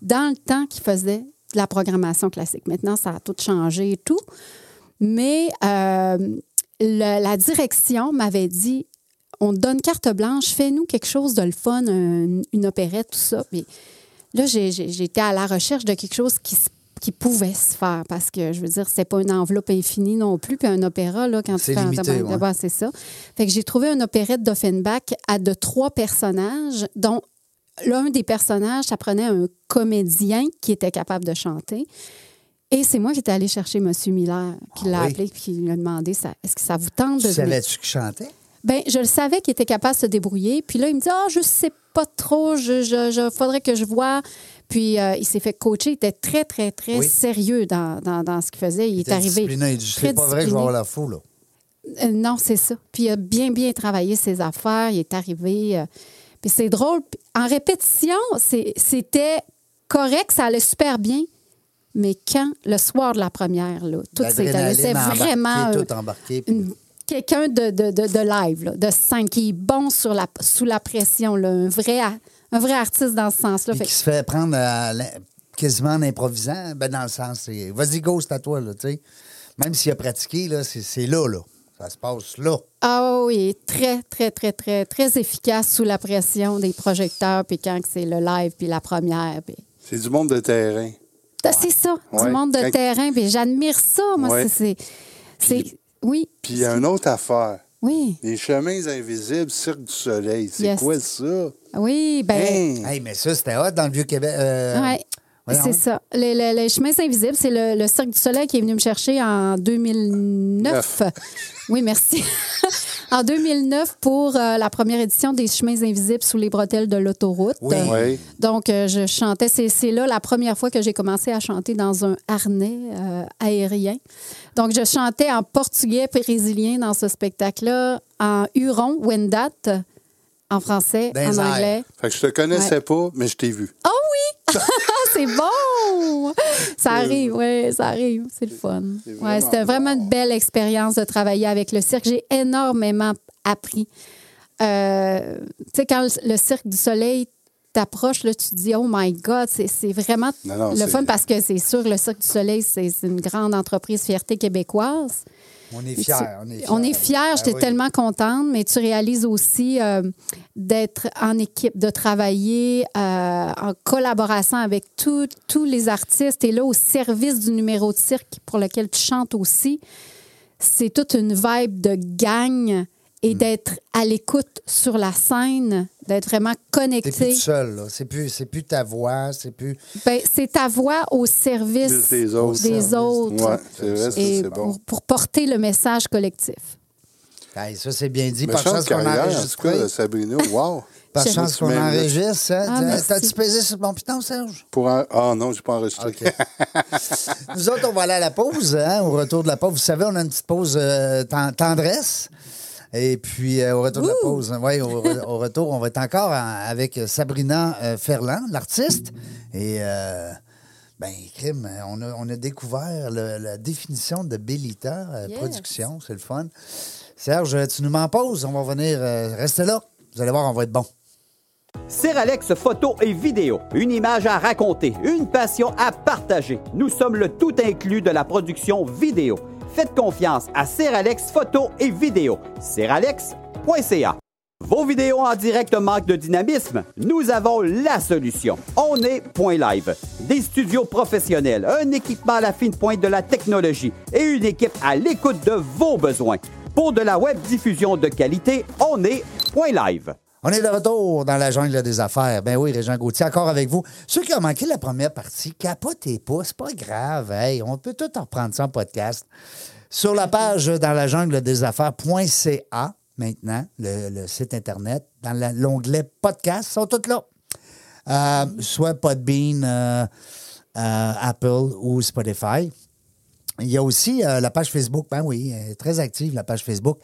Speaker 3: dans le temps qu'ils faisait de la programmation classique. Maintenant, ça a tout changé et tout. Mais euh, le- la direction m'avait dit on te donne carte blanche, fais-nous quelque chose de le fun, un- une opérette, tout ça. Puis là, j'ai- j'ai- j'étais à la recherche de quelque chose qui, se- qui pouvait se faire parce que, je veux dire, c'était pas une enveloppe infinie non plus. Puis un opéra, là, quand tu
Speaker 1: C'est
Speaker 3: fais un-
Speaker 1: limité, ouais.
Speaker 3: ben, c'est ça. Fait que j'ai trouvé une opérette d'Offenbach à de trois personnages, dont l'un des personnages, ça prenait un comédien qui était capable de chanter. Et c'est moi qui étais allée chercher M. Miller, qui
Speaker 1: Ah
Speaker 3: l'a
Speaker 1: oui.
Speaker 3: appelé puis qui lui a demandé ça- est-ce que ça vous tente de
Speaker 1: Tu
Speaker 3: venir?
Speaker 1: savais-tu qu'il chantait?
Speaker 3: Ben, je le savais qu'il était capable de se débrouiller. Puis là, il me dit Ah, je sais pas trop, je, je, je- faudrait que je vois. Puis euh, il s'est fait coacher. Il était très, très, très
Speaker 1: Oui.
Speaker 3: sérieux dans, dans, dans ce qu'il faisait. Il, est
Speaker 1: était
Speaker 3: arrivé.
Speaker 1: discipliné. Il dit,
Speaker 3: très
Speaker 1: C'est pas vrai que je vais
Speaker 3: discipliné.
Speaker 1: avoir la foule, là.
Speaker 3: Euh, non, c'est ça. Puis il a bien, bien travaillé ses affaires. Il est arrivé. euh, puis c'est drôle. Puis En répétition, c'est- c'était correct, ça allait super bien. Mais quand, le soir de la première, là, tout s'est allé.
Speaker 1: L'adrénaline
Speaker 3: C'est
Speaker 1: a embarqué,
Speaker 3: vraiment euh,
Speaker 1: tout embarqué. puis-
Speaker 3: une- quelqu'un de, de, de, de live, là, de scène, qui est bon sur la, sous la pression, là, un, vrai, a- un vrai artiste dans ce sens-là.
Speaker 1: Puis
Speaker 3: Fait
Speaker 1: qui se fait prendre à l'im- quasiment en improvisant, ben dans le sens, c'est vas-y, go, c'est à toi, là, tu sais. Même s'il a pratiqué, là, c'est, c'est là, là. Ça se passe là.
Speaker 3: Ah oui, très, très, très, très, très efficace sous la pression des projecteurs, puis quand que c'est le live, puis la première. puis-
Speaker 2: C'est du monde de terrain.
Speaker 3: Ah, C'est ça, du
Speaker 2: Ouais.
Speaker 3: monde de
Speaker 2: Quand-
Speaker 3: terrain. Puis j'admire ça. Moi,
Speaker 2: Ouais.
Speaker 3: c'est. c'est- c'est- Oui.
Speaker 2: Puis il y a une autre affaire.
Speaker 3: Oui.
Speaker 2: Les chemins invisibles, Cirque du Soleil. C'est
Speaker 3: Yes.
Speaker 2: quoi ça?
Speaker 3: Oui, ben.
Speaker 2: Hein?
Speaker 1: Hey, mais ça, c'était hot dans le Vieux-Québec. euh,
Speaker 3: ouais,
Speaker 1: voyons.
Speaker 3: C'est ça. Les, les- les chemins invisibles, c'est le, le Cirque du Soleil qui est venu me chercher en 2009. oui, merci. [laughs] en 2009 pour euh, la première édition des chemins invisibles sous les bretelles de l'autoroute.
Speaker 1: Oui.
Speaker 3: Euh,
Speaker 2: Oui.
Speaker 3: Donc, euh, je chantais. C'est c'est là la première fois que j'ai commencé à chanter dans un harnais euh, aérien. Donc, je chantais en portugais brésilien dans ce spectacle-là, en huron, wendat, en français,
Speaker 1: Dans les
Speaker 3: en
Speaker 1: airs.
Speaker 3: anglais.
Speaker 2: Fait que je te connaissais pas, mais je t'ai vu.
Speaker 3: Oh oui! [laughs] c'est bon! Ça arrive, oui, ça arrive. C'est le fun.
Speaker 2: c'est
Speaker 3: Ouais,
Speaker 2: vraiment
Speaker 3: c'était vraiment
Speaker 2: bon.
Speaker 3: une belle expérience de travailler avec le cirque. J'ai énormément appris. Euh, tu sais, quand le- le cirque du soleil t'approche, là, tu te dis, oh my God, c'est- c'est vraiment
Speaker 2: Non, non,
Speaker 3: le
Speaker 2: c'est-
Speaker 3: fun parce que c'est sûr, le cirque du soleil, c'est c'est une grande entreprise fierté québécoise.
Speaker 1: On est fiers. On est fiers.
Speaker 3: On est fiers,
Speaker 1: Ben
Speaker 3: j'étais
Speaker 1: oui.
Speaker 3: tellement contente, mais tu réalises aussi euh, d'être en équipe, de travailler euh, en collaboration avec tout- tous les artistes et là au service du numéro de cirque pour lequel tu chantes aussi. C'est toute une vibe de gang
Speaker 2: Mm.
Speaker 3: et d'être à l'écoute sur la scène, d'être vraiment
Speaker 1: T'es
Speaker 3: connecté.
Speaker 1: plus tout seul, là. C'est plus, c'est plus ta voix, c'est plus.
Speaker 3: Ben, c'est ta voix au service
Speaker 2: Des- des autres.
Speaker 3: des autres
Speaker 2: Ouais, c'est vrai, ça,
Speaker 3: et
Speaker 2: c'est bon.
Speaker 3: pour, pour porter le message collectif.
Speaker 1: Hey, ça, c'est bien dit. Par
Speaker 2: Méchante
Speaker 1: chance qu'on
Speaker 2: carrière, en tout
Speaker 1: enregistre.
Speaker 2: cas, de Sabrina. Wow!
Speaker 1: [laughs] Par
Speaker 3: J'ai-
Speaker 1: chance qu'on
Speaker 2: Même-
Speaker 1: enregistre. hein.
Speaker 3: Ah,
Speaker 1: T'as-
Speaker 3: merci.
Speaker 1: T'as-tu pesé sur mon piton, Serge?
Speaker 2: Pour un... Ah non, j'ai pas enregistré.
Speaker 1: OK. [laughs] Nous autres, on va aller à la pause. hein, Au retour de la pause, vous savez, on a une petite pause euh, ten- tendresse. Et puis, euh, au retour de la pause, ouais, au, re- au retour, on va être encore en- avec Sabrina euh, Ferland, l'artiste. Et, euh, ben, crime, on a, on a découvert le- la définition de Bellita euh,
Speaker 3: Yes.
Speaker 1: Production. C'est le fun. Serge, tu nous m'en poses. On va venir. euh, restez là. Vous allez voir, on va être bon.
Speaker 4: Seralex photo et vidéo, une image à raconter, une passion à partager. Nous sommes le tout inclus de la production vidéo. Faites confiance à Seralex photo et vidéo. Seralex.ca. Vos vidéos en direct manquent de dynamisme? Nous avons la solution. On est Point Live. Des studios professionnels, un équipement à la fine pointe de la technologie et une équipe à l'écoute de vos besoins. Pour de la web diffusion de qualité, on est Point Live.
Speaker 1: On est de retour dans la jungle des affaires. Ben oui, Régent Gauthier, encore avec vous. Ceux qui ont manqué la première partie, capotez pas, c'est pas grave. Hey, on peut tout en reprendre ça en podcast. Sur la page dans la jungle des affaires.ca, maintenant, le, le site Internet, dans la- l'onglet podcast, ils sont tous là. Euh, soit Podbean, euh, euh, Apple ou Spotify. Il y a aussi euh, la page Facebook. Ben oui, elle est très active, la page Facebook.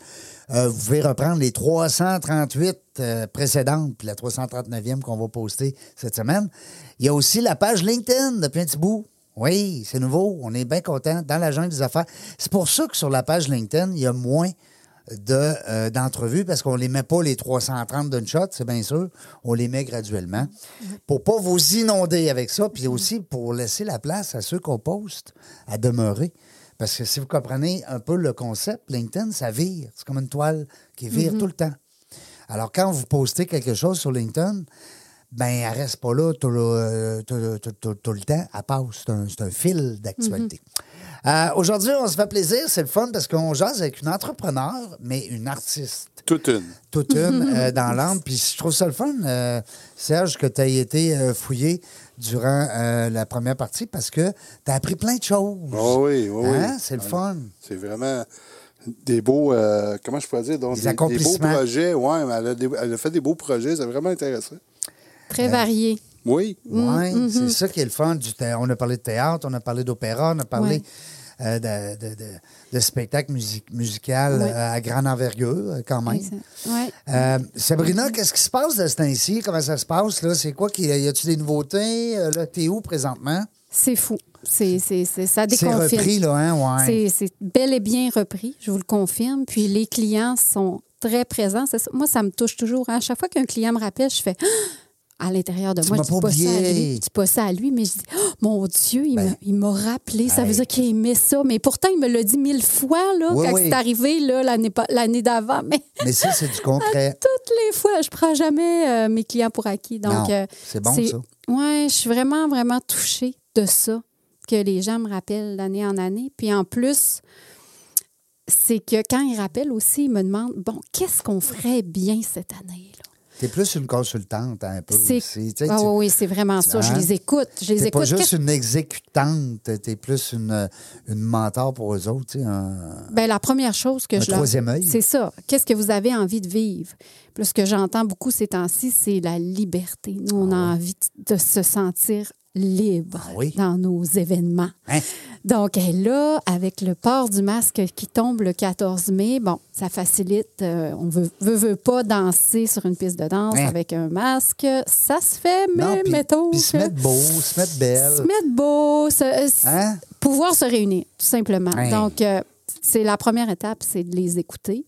Speaker 1: Euh, vous pouvez reprendre les 338 euh, précédentes, puis la 339e qu'on va poster cette semaine. Il y a aussi la page LinkedIn depuis un petit bout. Oui, c'est nouveau. On est bien content dans la jungle des affaires. C'est pour ça que sur la page LinkedIn, il y a moins de, euh, d'entrevues parce qu'on ne les met pas les 330 d'une shot, c'est bien sûr. On les met graduellement pour pas vous inonder avec ça, puis aussi pour laisser la place à ceux qu'on poste à demeurer. Parce que si vous comprenez un peu le concept, LinkedIn, ça vire. C'est comme une toile qui vire tout le temps. Alors, quand vous postez quelque chose sur LinkedIn, ben, elle reste pas là tout le, euh, tout le- tout- tout- tout le temps. Elle passe. C'est un, c'est un fil d'actualité. Euh, Aujourd'hui, on se fait plaisir. C'est le fun parce qu'on jase avec une entrepreneur, mais une artiste
Speaker 2: Toute une.
Speaker 1: toute une euh, dans l'âme. Puis je trouve ça le fun, euh, Serge, que tu aies été euh, fouillé durant euh, la première partie parce que tu as appris plein de choses.
Speaker 2: Ah oui, oui, oui.
Speaker 1: Hein? C'est le fun.
Speaker 2: C'est vraiment des beaux, euh, comment je pourrais dire, donc,
Speaker 1: Des
Speaker 2: des, des beaux
Speaker 1: accomplissements.
Speaker 2: projets. Ouais, mais elle, a des- elle a fait des beaux projets, c'est vraiment intéressant.
Speaker 3: Très varié.
Speaker 2: Oui.
Speaker 3: Mm,
Speaker 1: Ouais,
Speaker 3: mm-hmm.
Speaker 1: c'est ça qui est le fun. Du thé- on a parlé de théâtre, on a parlé d'opéra, on a parlé
Speaker 3: Ouais.
Speaker 1: euh, de, de, de, de spectacle music- musical
Speaker 3: Ouais.
Speaker 1: euh, à grande envergure, euh, quand même.
Speaker 3: Exact. Ouais.
Speaker 1: Euh, Sabrina, qu'est-ce qui se passe de ce temps-ci? Comment ça se passe? là? C'est quoi? qu'il y a- Y a-tu des nouveautés? Euh, Là, t'es où présentement?
Speaker 3: C'est fou. C'est, c'est, c'est- ça
Speaker 1: C'est
Speaker 3: déconfine.
Speaker 1: repris, là, hein? Ouais.
Speaker 3: C'est, c'est bel et bien repris, je vous le confirme. Puis les clients sont très présents. C'est ça- Moi, ça me touche toujours. hein. À chaque fois qu'un client me rappelle, je fais [gasps] Ah! à l'intérieur de
Speaker 1: Tu
Speaker 3: moi,
Speaker 1: m'as
Speaker 3: je dis
Speaker 1: pas
Speaker 3: pas ça à
Speaker 1: oublié. Ben,
Speaker 3: lui. Je dis pas ça à lui, mais je dis Ah! mon Dieu, il, m'a, il m'a rappelé. Ça
Speaker 1: Hey.
Speaker 3: veut dire qu'il aimait ça. Mais pourtant, il me l'a dit mille fois là,
Speaker 1: ben, Oui,
Speaker 3: quand
Speaker 1: oui.
Speaker 3: c'est arrivé là, l'année, pa- l'année d'avant. Mais
Speaker 1: [laughs] Mais ça, c'est du concret.
Speaker 3: toutes les fois, je prends jamais euh, mes clients pour acquis. Donc,
Speaker 1: Non,
Speaker 3: euh,
Speaker 1: c'est bon, ça.
Speaker 3: Ouais, je suis vraiment, vraiment touchée de ça, que les gens me rappellent d'année en année. Puis en plus, c'est que quand ils rappellent aussi, ils me demandent bon, qu'est-ce qu'on ferait bien cette année là?
Speaker 1: T'es plus une consultante un peu. aussi. Tu sais,
Speaker 3: Ah
Speaker 1: tu-
Speaker 3: oui, oui, c'est vraiment ça. Je
Speaker 1: Hein?
Speaker 3: les écoute. Je les
Speaker 1: T'es
Speaker 3: écoute.
Speaker 1: pas juste
Speaker 3: Qu'est-ce-
Speaker 1: une exécutante, t'es plus une, une mentor pour eux autres. tu sais, un-
Speaker 3: Ben, la première chose que
Speaker 1: Un
Speaker 3: je leur-
Speaker 1: troisième œil.
Speaker 3: C'est ça. Qu'est-ce que vous avez envie de vivre? Puis là, ce que j'entends beaucoup ces temps-ci, c'est la liberté. Nous, on a envie de se sentir libre
Speaker 1: Ah oui.
Speaker 3: dans nos événements.
Speaker 1: Hein?
Speaker 3: Donc, elle là, avec le port du masque qui tombe le 14 mai, bon, ça facilite, euh, on veut, veut, veut pas danser sur une piste de danse
Speaker 1: Hein?
Speaker 3: avec un masque. Ça se fait, mais
Speaker 1: Non, puis-
Speaker 3: mettons.
Speaker 1: puis se
Speaker 3: que-
Speaker 1: mettre beau, se mettre belle.
Speaker 3: se mettre beau, se- euh, s-
Speaker 1: Hein?
Speaker 3: pouvoir se réunir, tout simplement.
Speaker 1: Hein.
Speaker 3: Donc, euh, c'est la première étape, c'est de les écouter.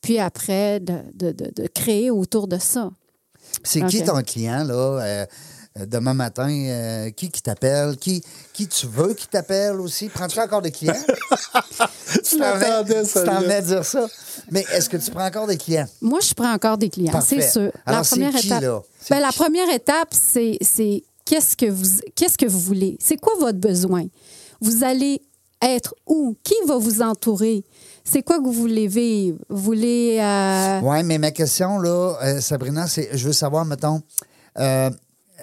Speaker 3: Puis après, de, de- de- de créer autour de ça.
Speaker 1: C'est qui
Speaker 3: Ok.
Speaker 1: ton client, là, euh, euh, demain matin? euh, qui qui t'appelle? Qui, qui tu veux qui t'appelle aussi? Prends-tu encore des clients?
Speaker 3: [laughs]
Speaker 1: tu t'en venais-
Speaker 2: m'attendais,
Speaker 1: tu t'en
Speaker 2: celle-là.
Speaker 1: venais dire ça. Mais est-ce que tu prends encore des clients?
Speaker 3: Moi, je prends encore des clients,
Speaker 1: Parfait.
Speaker 3: c'est sûr.
Speaker 1: Alors, c'est qui,
Speaker 3: étape,
Speaker 1: là? C'est
Speaker 3: ben, la
Speaker 1: qui?
Speaker 3: première étape, c'est c'est qu'est-ce que vous qu'est-ce que vous voulez C'est quoi votre besoin Vous allez être où Qui va vous entourer C'est quoi que vous voulez vivre Vous voulez euh,
Speaker 1: Oui, mais ma question, là, euh, Sabrina, c'est je veux savoir, mettons, euh,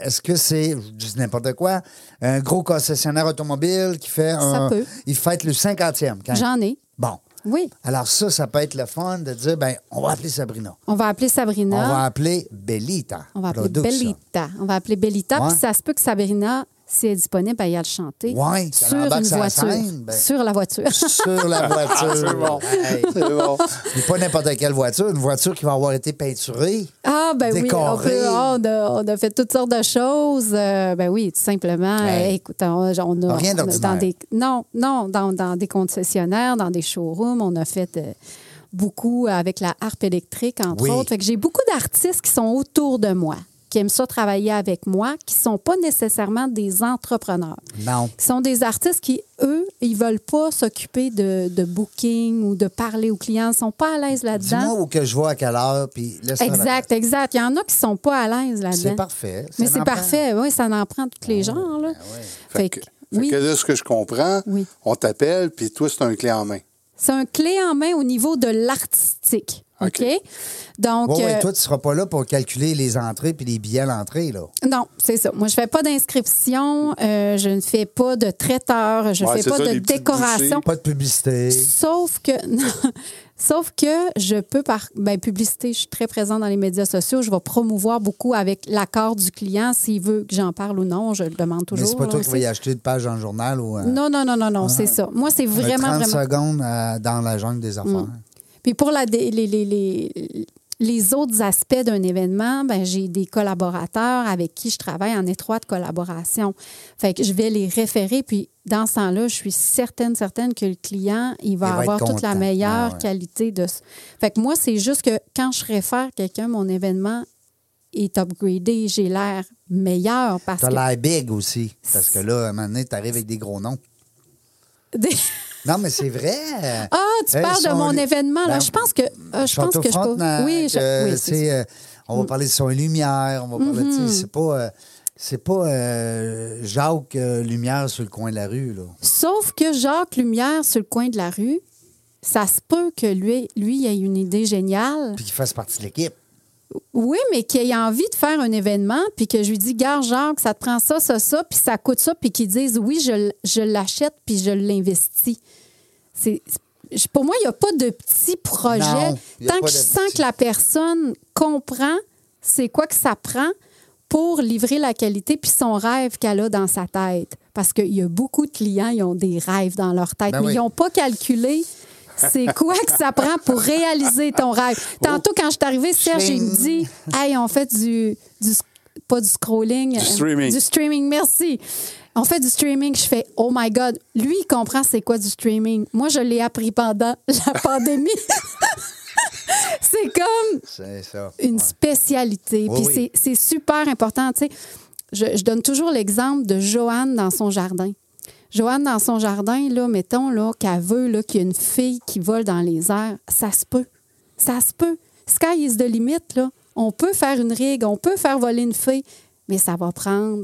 Speaker 1: est-ce que c'est, je dis n'importe quoi, un gros concessionnaire automobile qui fait un.
Speaker 3: peut.
Speaker 1: Il fête le 50e. quand-
Speaker 3: J'en ai.
Speaker 1: Bon.
Speaker 3: Oui.
Speaker 1: Alors, ça, ça peut être le fun de dire, ben, on va appeler Sabrina.
Speaker 3: On va appeler Sabrina.
Speaker 1: On va appeler Bellita.
Speaker 3: On va appeler
Speaker 1: Production.
Speaker 3: Bellita. On va appeler Bellita.
Speaker 1: Ouais.
Speaker 3: Puis ça se peut que Sabrina, si elle est disponible, elle y le chanter.
Speaker 1: Ouais, qu'elle
Speaker 3: sur
Speaker 1: embarque
Speaker 3: une
Speaker 1: sur la
Speaker 3: voiture.
Speaker 1: scène, ben.
Speaker 3: Sur la
Speaker 1: [laughs]
Speaker 3: voiture.
Speaker 1: Sur
Speaker 3: [laughs]
Speaker 1: la voiture.
Speaker 2: C'est bon.
Speaker 1: Hey.
Speaker 2: [laughs] C'est bon.
Speaker 1: Et pas n'importe quelle voiture, une voiture qui va avoir été peinturée.
Speaker 3: Ah, ben oui, on,
Speaker 1: Décoré.
Speaker 3: peut- ah, on a, on a fait toutes sortes de choses. Euh, ben oui, tout simplement.
Speaker 1: Ouais.
Speaker 3: Eh, écoute, on, on a.
Speaker 1: Rien
Speaker 3: on a
Speaker 1: d'ordinaire.
Speaker 3: dans des Non, non, dans, dans des concessionnaires, dans des showrooms, on a fait. euh, beaucoup avec la harpe électrique, entre
Speaker 1: Oui.
Speaker 3: autres. Fait que j'ai beaucoup d'artistes qui sont autour de moi, qui aiment ça travailler avec moi, qui sont pas nécessairement des entrepreneurs.
Speaker 1: Non.
Speaker 3: qui sont des artistes qui, eux, ils veulent pas s'occuper de, de booking ou de parler aux clients. Ils sont pas à l'aise
Speaker 1: Dis-moi
Speaker 3: là-dedans.
Speaker 1: où que je vois à quelle heure, puis laisse faire la
Speaker 3: Exact, exact. Il y en a qui sont pas à l'aise
Speaker 1: reste. C'est
Speaker 3: là-dedans.
Speaker 1: parfait. Ça
Speaker 3: Mais
Speaker 1: n'en
Speaker 3: c'est
Speaker 1: prend. Ah
Speaker 3: parfait. Oui, ça en prend tous les genres. Là.
Speaker 2: Fait
Speaker 3: Fait
Speaker 2: que,
Speaker 3: que,
Speaker 2: fait
Speaker 3: oui,
Speaker 2: que là, ce que je comprends,
Speaker 3: Oui.
Speaker 2: on t'appelle, puis toi, c'est un clé en main.
Speaker 3: c'est un clé en main au niveau de l'artistique. OK?
Speaker 2: OK.
Speaker 3: Donc,
Speaker 1: Ouais, ouais,
Speaker 3: euh,
Speaker 1: toi, tu ne seras pas là pour calculer les entrées puis les billets à l'entrée, là.
Speaker 3: Non, c'est ça. Moi, je fais pas d'inscription, euh, je ne fais pas de traiteur, je ne
Speaker 2: Ouais, c'est
Speaker 3: fais pas
Speaker 2: ça,
Speaker 3: de
Speaker 2: les petites
Speaker 3: décoration.
Speaker 1: Pas de publicité.
Speaker 3: Sauf que, [laughs] non. sauf que je peux par ben, publicité, je suis très présente dans les médias sociaux. Je vais promouvoir beaucoup avec l'accord du client s'il veut que j'en parle ou non. Je le demande
Speaker 1: Mais
Speaker 3: toujours.
Speaker 1: c'est pas
Speaker 3: là,
Speaker 1: toi
Speaker 3: on
Speaker 1: qui vas
Speaker 3: sait.
Speaker 1: y hein? acheter une page dans le journal ou. euh,
Speaker 3: Non, non, non, non, non, c'est ça. Moi, c'est
Speaker 1: un
Speaker 3: vraiment,
Speaker 1: 30
Speaker 3: vraiment.
Speaker 1: secondes euh, dans la jungle des affaires.
Speaker 3: Puis pour la, dé- les, les, les, les autres aspects d'un événement, ben, j'ai des collaborateurs avec qui je travaille en étroite collaboration. Fait que je vais les référer, puis dans ce temps-là, je suis certaine, certaine que le client, il va
Speaker 1: Il va
Speaker 3: avoir
Speaker 1: être
Speaker 3: toute la
Speaker 1: content.
Speaker 3: meilleure
Speaker 1: Ah ouais.
Speaker 3: qualité de... ce- Fait que moi, c'est juste que quand je réfère quelqu'un, mon événement est upgradé, j'ai l'air meilleur parce
Speaker 1: T'as
Speaker 3: que...
Speaker 1: l'air big aussi. Parce que là, à un moment donné, t'arrives avec des gros noms. Non, mais c'est vrai.
Speaker 3: [laughs] Ah, tu
Speaker 1: Hey,
Speaker 3: parles de
Speaker 1: son-
Speaker 3: mon événement, là.
Speaker 1: Ben,
Speaker 3: je pense que... ah, je pense
Speaker 1: Château
Speaker 3: que je peux...
Speaker 1: Frontenac,
Speaker 3: Oui, je-
Speaker 1: euh,
Speaker 3: oui,
Speaker 1: tu
Speaker 3: c'est
Speaker 1: sais,
Speaker 3: ça. Mm. Mm-hmm.
Speaker 1: euh, on va parler de son et lumière, on va parler, tu sais, c'est pas, euh, c'est pas euh, Jacques euh, Lumière sur le coin de la rue, là.
Speaker 3: Sauf que Jacques Lumière, sur le coin de la rue, ça se peut que lui, lui ait une idée géniale.
Speaker 1: Puis qu'il fasse partie de l'équipe.
Speaker 3: Oui, mais qu'il ait envie de faire un événement, puis que je lui dis, gars, Jacques, ça te prend ça, ça, ça, puis ça coûte ça, puis qu'il dise, oui, je, l- je l'achète, puis je l'investis. C'est, je- pour moi, il n'y a pas de petit projet.
Speaker 1: Non, il y a
Speaker 3: Tant
Speaker 1: pas
Speaker 3: que je
Speaker 1: de
Speaker 3: sens
Speaker 1: petit.
Speaker 3: que la personne comprend c'est quoi que ça prend pour livrer la qualité, puis son rêve qu'elle a dans sa tête. Parce qu'il y a beaucoup de clients, ils ont des rêves dans leur tête,
Speaker 1: Ben
Speaker 3: mais
Speaker 1: oui.
Speaker 3: ils n'ont pas calculé. C'est quoi que ça prend pour réaliser ton rêve?
Speaker 1: Oh.
Speaker 3: Tantôt, quand je suis arrivée, Serge, il me dit Hey, on fait du. du sc- pas du scrolling. euh,
Speaker 2: streaming.
Speaker 3: Du streaming, merci. On fait du streaming. Je fais Oh my God. Lui, il comprend c'est quoi du streaming. Moi, je l'ai appris pendant la [laughs] pandémie. c'est comme
Speaker 1: C'est ça.
Speaker 3: une
Speaker 1: Ouais.
Speaker 3: spécialité.
Speaker 1: Oui,
Speaker 3: Puis
Speaker 1: oui.
Speaker 3: c'est- c'est super important. Tu sais, je, je donne toujours l'exemple de Joanne dans son jardin. Joanne dans son jardin, là, mettons là, qu'elle veut là, qu'il y ait une fille qui vole dans les airs. Ça se peut. Ça se peut. Sky is the limit. Là. On peut faire une rigue, on peut faire voler une fille, mais ça va prendre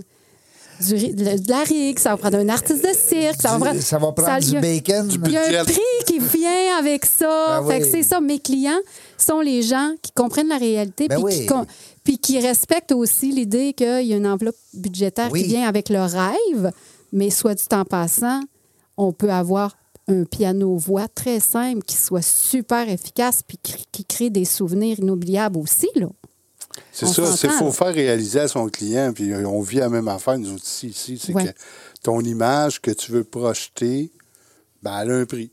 Speaker 3: du ri- de la rigue, ça va prendre un artiste de cirque, ça va
Speaker 1: Du-
Speaker 3: prendre,
Speaker 1: ça va prendre
Speaker 3: ça-
Speaker 1: du bacon. Du
Speaker 3: Il y a
Speaker 2: budget.
Speaker 3: un prix qui vient avec ça.
Speaker 1: Ben
Speaker 3: Fait que
Speaker 1: oui.
Speaker 3: c'est ça. Mes clients sont les gens qui comprennent la réalité
Speaker 1: Ben
Speaker 3: puis,
Speaker 1: oui.
Speaker 3: qui, con- puis qui respectent aussi l'idée qu'il y a une enveloppe budgétaire
Speaker 1: Oui.
Speaker 3: qui vient avec le rêve. Mais soit dit en passant, on peut avoir un piano-voix très simple qui soit super efficace puis cr- qui crée des souvenirs inoubliables aussi. Là.
Speaker 2: C'est
Speaker 3: On
Speaker 2: ça, c'est
Speaker 3: s'entend,
Speaker 2: faut
Speaker 3: là.
Speaker 2: faire réaliser à son client, puis euh, on vit la même affaire, nous autres ici, ici, c'est
Speaker 3: Ouais.
Speaker 2: que ton image que tu veux projeter, ben, elle a un prix.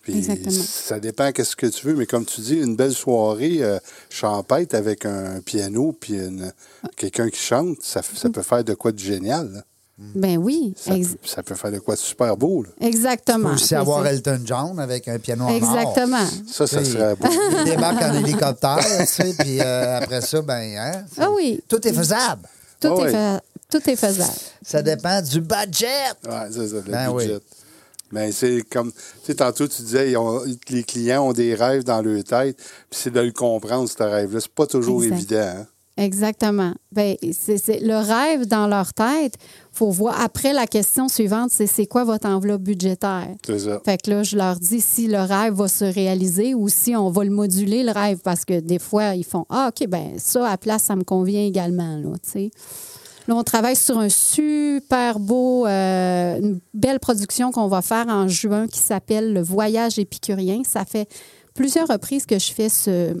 Speaker 2: Puis
Speaker 3: Exactement.
Speaker 2: ça dépend qu'est-ce que tu veux, mais comme tu dis, une belle soirée euh, champêtre avec un piano puis une- quelqu'un qui chante, ça, f- ça peut faire de quoi de génial. là.
Speaker 1: Mm.
Speaker 3: Ben oui,
Speaker 2: Ça,
Speaker 3: Mm-hmm. ex-
Speaker 2: peut, ça peut faire de quoi de super beau. là.
Speaker 1: Tu
Speaker 3: exactement.
Speaker 1: peux aussi
Speaker 3: Mais
Speaker 1: avoir
Speaker 3: c'est-
Speaker 1: Elton John avec un piano en or.
Speaker 3: Exactement.
Speaker 2: Ça, ça
Speaker 1: Tu sais,
Speaker 2: serait beau.
Speaker 1: Il débarque en hélicoptère, tu sais, puis euh, après ça, ben, hein,
Speaker 3: Ah oui,
Speaker 1: tout est faisable.
Speaker 3: tout,
Speaker 2: Ah
Speaker 3: est,
Speaker 2: oui.
Speaker 3: fa- tout est faisable.
Speaker 1: Ça dépend du budget.
Speaker 2: Ouais, c'est ça, le
Speaker 1: Ben oui.
Speaker 2: budget. Mais c'est comme, tu sais, tantôt, tu disais, ils ont- les clients ont des rêves dans leur tête, puis c'est de le comprendre, ce rêve-là. C'est pas toujours
Speaker 3: Exact.
Speaker 2: évident. hein.
Speaker 3: Exactement. Ben, c'est c'est le rêve dans leur tête. faut voir. Après, la question suivante, c'est c'est quoi votre enveloppe budgétaire?
Speaker 2: C'est ça.
Speaker 3: Fait que là, je leur dis si le rêve va se réaliser ou si on va le moduler, le rêve, parce que des fois, ils font Ah, OK, ben ça, à place, ça me convient également. Là, tu sais. là on travaille sur un super beau, euh, une belle production qu'on va faire en juin qui s'appelle Le Voyage épicurien. Ça fait plusieurs reprises que je fais ce,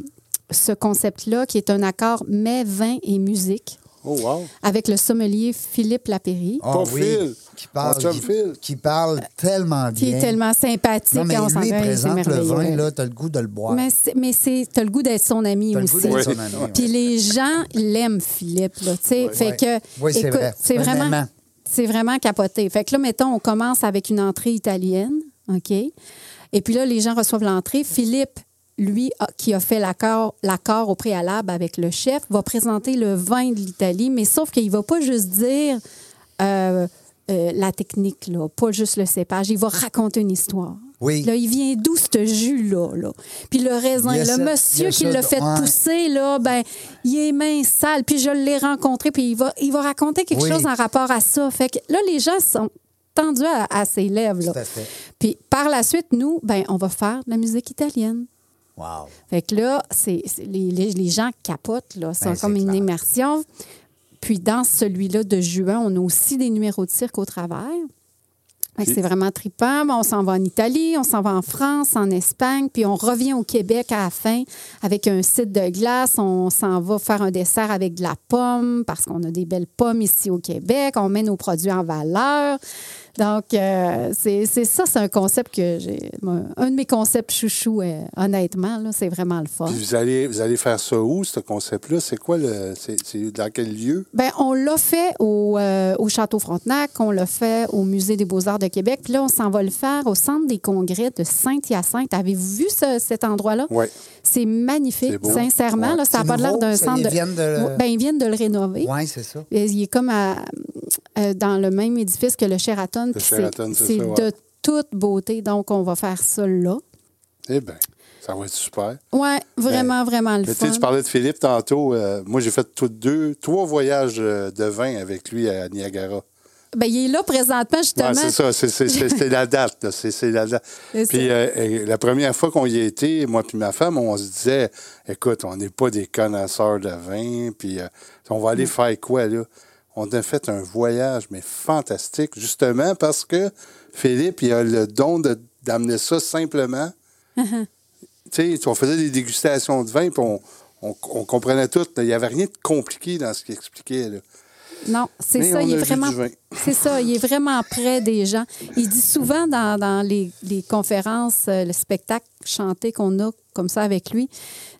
Speaker 3: ce concept-là, qui est un accord mais vin et musique,
Speaker 2: Oh, wow.
Speaker 3: avec le sommelier Philippe Lapéry.
Speaker 1: Oh,
Speaker 2: Ton Phil.
Speaker 1: Ah Qui parle,
Speaker 2: Mon chum
Speaker 1: qui,
Speaker 2: Phil.
Speaker 1: qui parle tellement bien.
Speaker 3: Qui est tellement sympathique.
Speaker 1: Non, mais
Speaker 3: on
Speaker 1: lui, il
Speaker 3: s'entend, c'est
Speaker 1: présente le vin,
Speaker 3: merveilleux.
Speaker 1: là, t'as le goût de le boire.
Speaker 3: Mais c'est- Mais c'est, t'as le goût d'être son ami
Speaker 1: T'as le
Speaker 3: aussi.
Speaker 1: goût d'être
Speaker 2: Oui.
Speaker 1: son ami, ouais.
Speaker 3: Puis les gens l'aiment, Philippe. Là, tu sais. Fait que,
Speaker 1: Oui, c'est
Speaker 3: écoute,
Speaker 1: vrai.
Speaker 3: C'est
Speaker 1: Un
Speaker 3: vraiment,
Speaker 1: aimant.
Speaker 3: c'est vraiment capoté. Fait que là, mettons, on commence avec une entrée italienne, OK? Et puis là, les gens reçoivent l'entrée. Philippe, lui, a- qui a fait l'accord, l'accord au préalable avec le chef, va présenter le vin de l'Italie, mais sauf qu'il va pas juste dire... euh, euh, la technique, là, pas juste le cépage. Il va raconter une histoire.
Speaker 1: Oui.
Speaker 3: Là, il vient d'où ce jus-là? Là? Puis le raisin,
Speaker 1: Il y a
Speaker 3: le
Speaker 1: ça- il y
Speaker 3: monsieur
Speaker 1: a
Speaker 3: qui
Speaker 1: ça
Speaker 3: l'a
Speaker 1: de-
Speaker 3: fait
Speaker 1: ouais.
Speaker 3: pousser, là, ben, il est mince sale. Puis je l'ai rencontré, puis il va, il va raconter quelque
Speaker 1: Oui.
Speaker 3: chose en rapport à ça. Fait que là, les gens sont tendus à, à ses lèvres. là.
Speaker 1: Tout à fait.
Speaker 3: Puis par la suite, nous, ben, on va faire de la musique italienne.
Speaker 1: Wow.
Speaker 3: Fait que là, c'est, c'est- les, les- les gens capotent, là. C'est
Speaker 1: Ben,
Speaker 3: comme
Speaker 1: c'est
Speaker 3: une
Speaker 1: clair.
Speaker 3: immersion. Puis dans celui-là de juin, on a aussi des numéros de cirque au travers. Fait que
Speaker 2: Et-
Speaker 3: c'est vraiment trippant. Bon, on s'en va en Italie, on s'en va en France, en Espagne, puis on revient au Québec à la fin avec un site de glace. On s'en va faire un dessert avec de la pomme parce qu'on a des belles pommes ici au Québec. On met nos produits en valeur. Donc, euh, c'est c'est ça, c'est un concept que j'ai. moi, Un de mes concepts chouchou, euh, honnêtement, là, c'est vraiment le fun.
Speaker 2: Puis vous allez, vous allez faire ça où, ce concept-là? C'est quoi le. C'est c'est dans quel lieu?
Speaker 3: Ben, on l'a fait au, euh, au Château Frontenac, on l'a fait au Musée des Beaux-Arts de Québec, puis là, on s'en va le faire au Centre des congrès de Saint-Hyacinthe. Avez-vous vu ce- cet endroit-là?
Speaker 2: Oui.
Speaker 3: C'est magnifique,
Speaker 2: C'est beau.
Speaker 3: sincèrement.
Speaker 2: Ouais.
Speaker 3: Là, ça
Speaker 1: C'est
Speaker 3: n'a pas l'air
Speaker 1: nouveau,
Speaker 3: d'un
Speaker 1: ça,
Speaker 3: centre
Speaker 1: ils
Speaker 3: de...
Speaker 1: viennent de le-
Speaker 3: Ben, ils viennent de le rénover.
Speaker 1: Oui, c'est ça.
Speaker 3: Et Il est comme à- euh, dans le même édifice que le Sheraton. puis c'est-
Speaker 2: Sheraton, c'est
Speaker 3: c'est
Speaker 2: ça,
Speaker 3: de
Speaker 2: ouais.
Speaker 3: toute beauté, donc on va faire ça là.
Speaker 2: Eh bien, ça va être super.
Speaker 3: Ouais, vraiment, vraiment le
Speaker 2: Ben, Mais tu
Speaker 3: fun.
Speaker 2: sais, tu parlais de Philippe tantôt. euh, moi, j'ai fait tous deux, trois voyages euh, de vin avec lui à Niagara.
Speaker 3: Ben, il est là présentement, justement.
Speaker 2: Ouais, c'est ça, c'est- c'est- c'est c'est la date. là. C'est c'est la date.
Speaker 3: [laughs] C'est
Speaker 2: Puis
Speaker 3: ça.
Speaker 2: euh, et la première fois qu'on y était, moi puis ma femme, on se disait, écoute, on n'est pas des connaisseurs de vin, puis euh, on va
Speaker 3: Mm.
Speaker 2: aller faire quoi là? On a fait un voyage, mais fantastique, justement parce que Philippe, il a le don de- d'amener ça simplement.
Speaker 3: Uh-huh.
Speaker 2: Tu sais, on faisait des dégustations de vin, puis on, on- on comprenait tout. là. Il n'y avait rien de compliqué dans ce qu'il expliquait. là.
Speaker 3: Non, c'est
Speaker 2: Mais on
Speaker 3: ça, il
Speaker 2: a
Speaker 3: est
Speaker 2: vu
Speaker 3: vraiment.
Speaker 2: du vin.
Speaker 3: C'est ça, il est vraiment près des gens. Il dit souvent dans, dans les, les conférences, euh, le spectacle chanté qu'on a comme ça avec lui,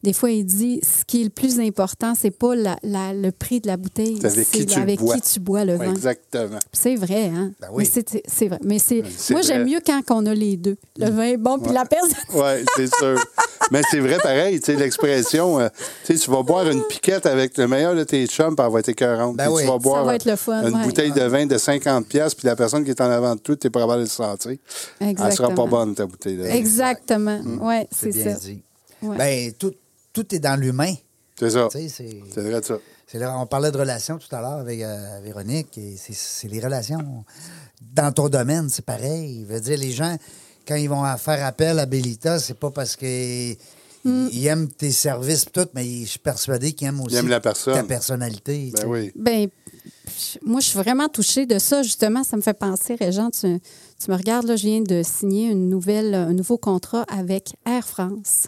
Speaker 3: des fois il dit ce qui est le plus important, c'est pas la- la- le prix de la bouteille,
Speaker 2: C'est avec qui tu le
Speaker 3: avec
Speaker 2: bois.
Speaker 3: qui tu bois le
Speaker 2: Ouais,
Speaker 3: vin.
Speaker 2: Exactement.
Speaker 3: C'est vrai, hein?
Speaker 1: Ben oui.
Speaker 3: Mais c'est- c'est- c'est vrai. Mais c'est,
Speaker 2: Ben, C'est
Speaker 3: moi,
Speaker 2: vrai.
Speaker 3: j'aime mieux quand on a les deux. Le vin est bon, puis la personne.
Speaker 2: Oui, c'est sûr. Mais c'est vrai, pareil, tu sais, l'expression, euh, tu sais, tu vas boire une piquette avec le meilleur de tes chums, puis elle va être écœurante.
Speaker 1: Ben
Speaker 2: Puis
Speaker 1: oui.
Speaker 2: Tu vas
Speaker 1: Ça
Speaker 2: boire
Speaker 3: va être le fun,
Speaker 2: une
Speaker 3: ouais.
Speaker 2: bouteille de vin de 50$, piastres, puis la personne qui est en avant de toi, tu es probable de le sentir. Elle sera pas
Speaker 3: Exactement.
Speaker 2: bonne, ta bouteille de vin.
Speaker 3: Exactement. Ouais,
Speaker 1: Mm. C'est
Speaker 3: c'est,
Speaker 1: bien
Speaker 3: ça.
Speaker 1: dit.
Speaker 3: Ouais.
Speaker 1: Ben, tout, tout est dans l'humain.
Speaker 2: C'est ça.
Speaker 1: Tu sais, c'est-
Speaker 2: C'est vrai, ça.
Speaker 1: C'est là- on parlait de relations tout à l'heure avec euh, Véronique, et c'est- c'est les relations. Dans ton domaine, c'est pareil. Je veux dire, les gens, quand ils vont faire appel à Bellita, c'est pas parce que
Speaker 3: Mm.
Speaker 1: ils aiment tes services pis tout, mais je suis persuadé qu'ils aiment aussi
Speaker 2: aiment la personne.
Speaker 1: ta personnalité. tu
Speaker 2: Ben
Speaker 1: sais.
Speaker 2: oui.
Speaker 3: Ben, je- moi, je suis vraiment touchée de ça. Justement, ça me fait penser, Régent, tu, tu me regardes, là, je viens de signer une nouvelle, un nouveau contrat avec Air France.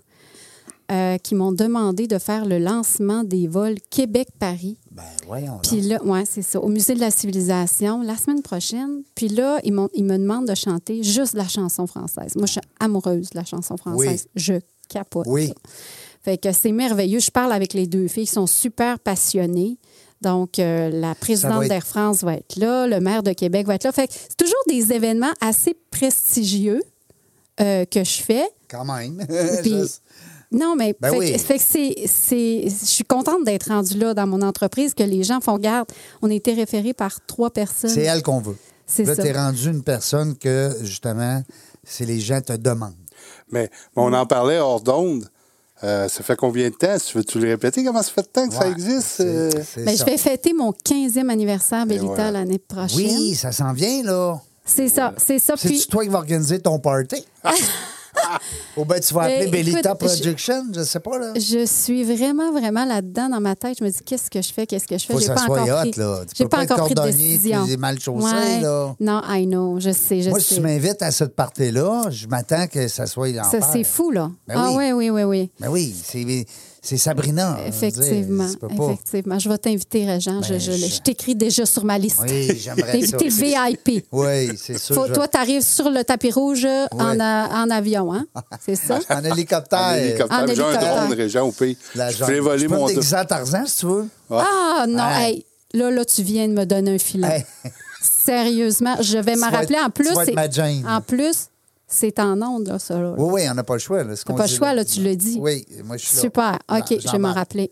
Speaker 3: euh, qui m'ont demandé de faire le lancement des vols Québec-Paris.
Speaker 1: Ben, voyons.
Speaker 3: Puis là, ouais, c'est ça, au Musée de la Civilisation, la semaine prochaine. Puis là, ils, m'ont- ils me demandent de chanter juste la chanson française. Moi, je suis amoureuse de la chanson française. Je capote.
Speaker 1: Oui.
Speaker 3: Fait que c'est merveilleux. Je parle avec les deux filles qui sont super passionnées. Donc, euh, la présidente
Speaker 1: être-
Speaker 3: d'Air France va être là, le maire de Québec va être là. Fait que c'est toujours des événements assez prestigieux euh, que je fais.
Speaker 1: Quand même.
Speaker 3: [laughs] Puis- non, mais
Speaker 1: Ben
Speaker 3: fait,
Speaker 1: oui.
Speaker 3: que- fait que c'est, c'est- je suis contente d'être rendue là dans mon entreprise, que les gens font garde. On a été référés par trois personnes.
Speaker 1: c'est elle qu'on veut.
Speaker 3: C'est
Speaker 1: là,
Speaker 3: ça.
Speaker 1: t'es rendu une personne que, justement, c'est les gens te demandent.
Speaker 2: Mais, mais on en parlait hors d'onde. Euh, ça fait combien de temps? Tu veux-tu le répéter? Comment ça fait de temps que ça
Speaker 1: Ouais,
Speaker 2: existe? euh?
Speaker 1: c'est- c'est
Speaker 3: Ben, je
Speaker 1: ça.
Speaker 3: vais fêter mon 15e anniversaire Bélita
Speaker 2: voilà.
Speaker 3: l'année prochaine.
Speaker 1: Oui, ça s'en vient, là.
Speaker 3: c'est ça, c'est ça.
Speaker 1: C'est
Speaker 3: Puis,
Speaker 1: toi qui vas organiser ton
Speaker 3: [laughs]
Speaker 1: party. Ou bien tu vas
Speaker 3: Mais
Speaker 1: appeler Bellita
Speaker 3: écoute, je-
Speaker 1: Production, je... sais pas, là.
Speaker 3: je suis vraiment, vraiment là-dedans dans ma tête. Je me dis, qu'est-ce que je fais, qu'est-ce que je fais?
Speaker 1: Faut que
Speaker 3: j'ai
Speaker 1: ça
Speaker 3: pas
Speaker 1: soit
Speaker 3: encore
Speaker 1: hot,
Speaker 3: pris,
Speaker 1: là. Tu
Speaker 3: j'ai
Speaker 1: peux
Speaker 3: pas,
Speaker 1: pas être
Speaker 3: encore pris de
Speaker 1: cordonnier, tu
Speaker 3: décision.
Speaker 1: es mal chaussé,
Speaker 3: Ouais.
Speaker 1: là.
Speaker 3: Non, I know, je sais, je
Speaker 1: Moi, si
Speaker 3: sais.
Speaker 1: tu m'invites à cette party-là, je m'attends que ça soit en
Speaker 3: ça, c'est fou, là.
Speaker 1: Ben
Speaker 3: ah
Speaker 1: oui.
Speaker 3: oui, oui, oui, oui.
Speaker 1: Mais oui, c'est- c'est Sabrina. je veux dire,
Speaker 3: Effectivement,
Speaker 1: tu peux pas.
Speaker 3: effectivement. Je vais t'inviter, Régent. je
Speaker 1: Ben,
Speaker 3: je-
Speaker 1: je-
Speaker 3: je t'écris déjà sur ma liste.
Speaker 1: Oui, j'aimerais ça.
Speaker 3: T'inviter VIP.
Speaker 1: Oui, c'est sûr.
Speaker 3: Faut-
Speaker 1: je-
Speaker 3: Toi, tu arrives sur le tapis rouge euh, en, a- en avion, hein?
Speaker 1: [laughs]
Speaker 3: C'est ça?
Speaker 1: En hélicoptère.
Speaker 2: En hélicoptère.
Speaker 3: En
Speaker 2: J'ai un
Speaker 3: hélicoptère.
Speaker 2: drone, Régent, au pays.
Speaker 1: La
Speaker 2: je voulais voler mon
Speaker 1: Je peux déguiser en Tarzan, si tu veux.
Speaker 3: Ah non,
Speaker 1: Ah.
Speaker 3: hey, là, là, tu viens de me donner un filet.
Speaker 1: Hey.
Speaker 3: Sérieusement, je vais m'en
Speaker 1: vas
Speaker 3: rappeler.
Speaker 1: être-
Speaker 3: En
Speaker 1: tu
Speaker 3: plus,
Speaker 1: vas être
Speaker 3: c'est-
Speaker 1: ma Jane.
Speaker 3: en plus, c'est en onde, là, ça. là.
Speaker 1: Oui, oui, on n'a pas le choix. Là, ce qu'on
Speaker 3: pas le
Speaker 1: dit,
Speaker 3: choix, là, tu le dis.
Speaker 1: Oui, moi, je suis là. Ben,
Speaker 3: Super.
Speaker 1: Non,
Speaker 3: OK, je
Speaker 1: j'en
Speaker 3: vais m'en
Speaker 1: marre.
Speaker 3: rappeler.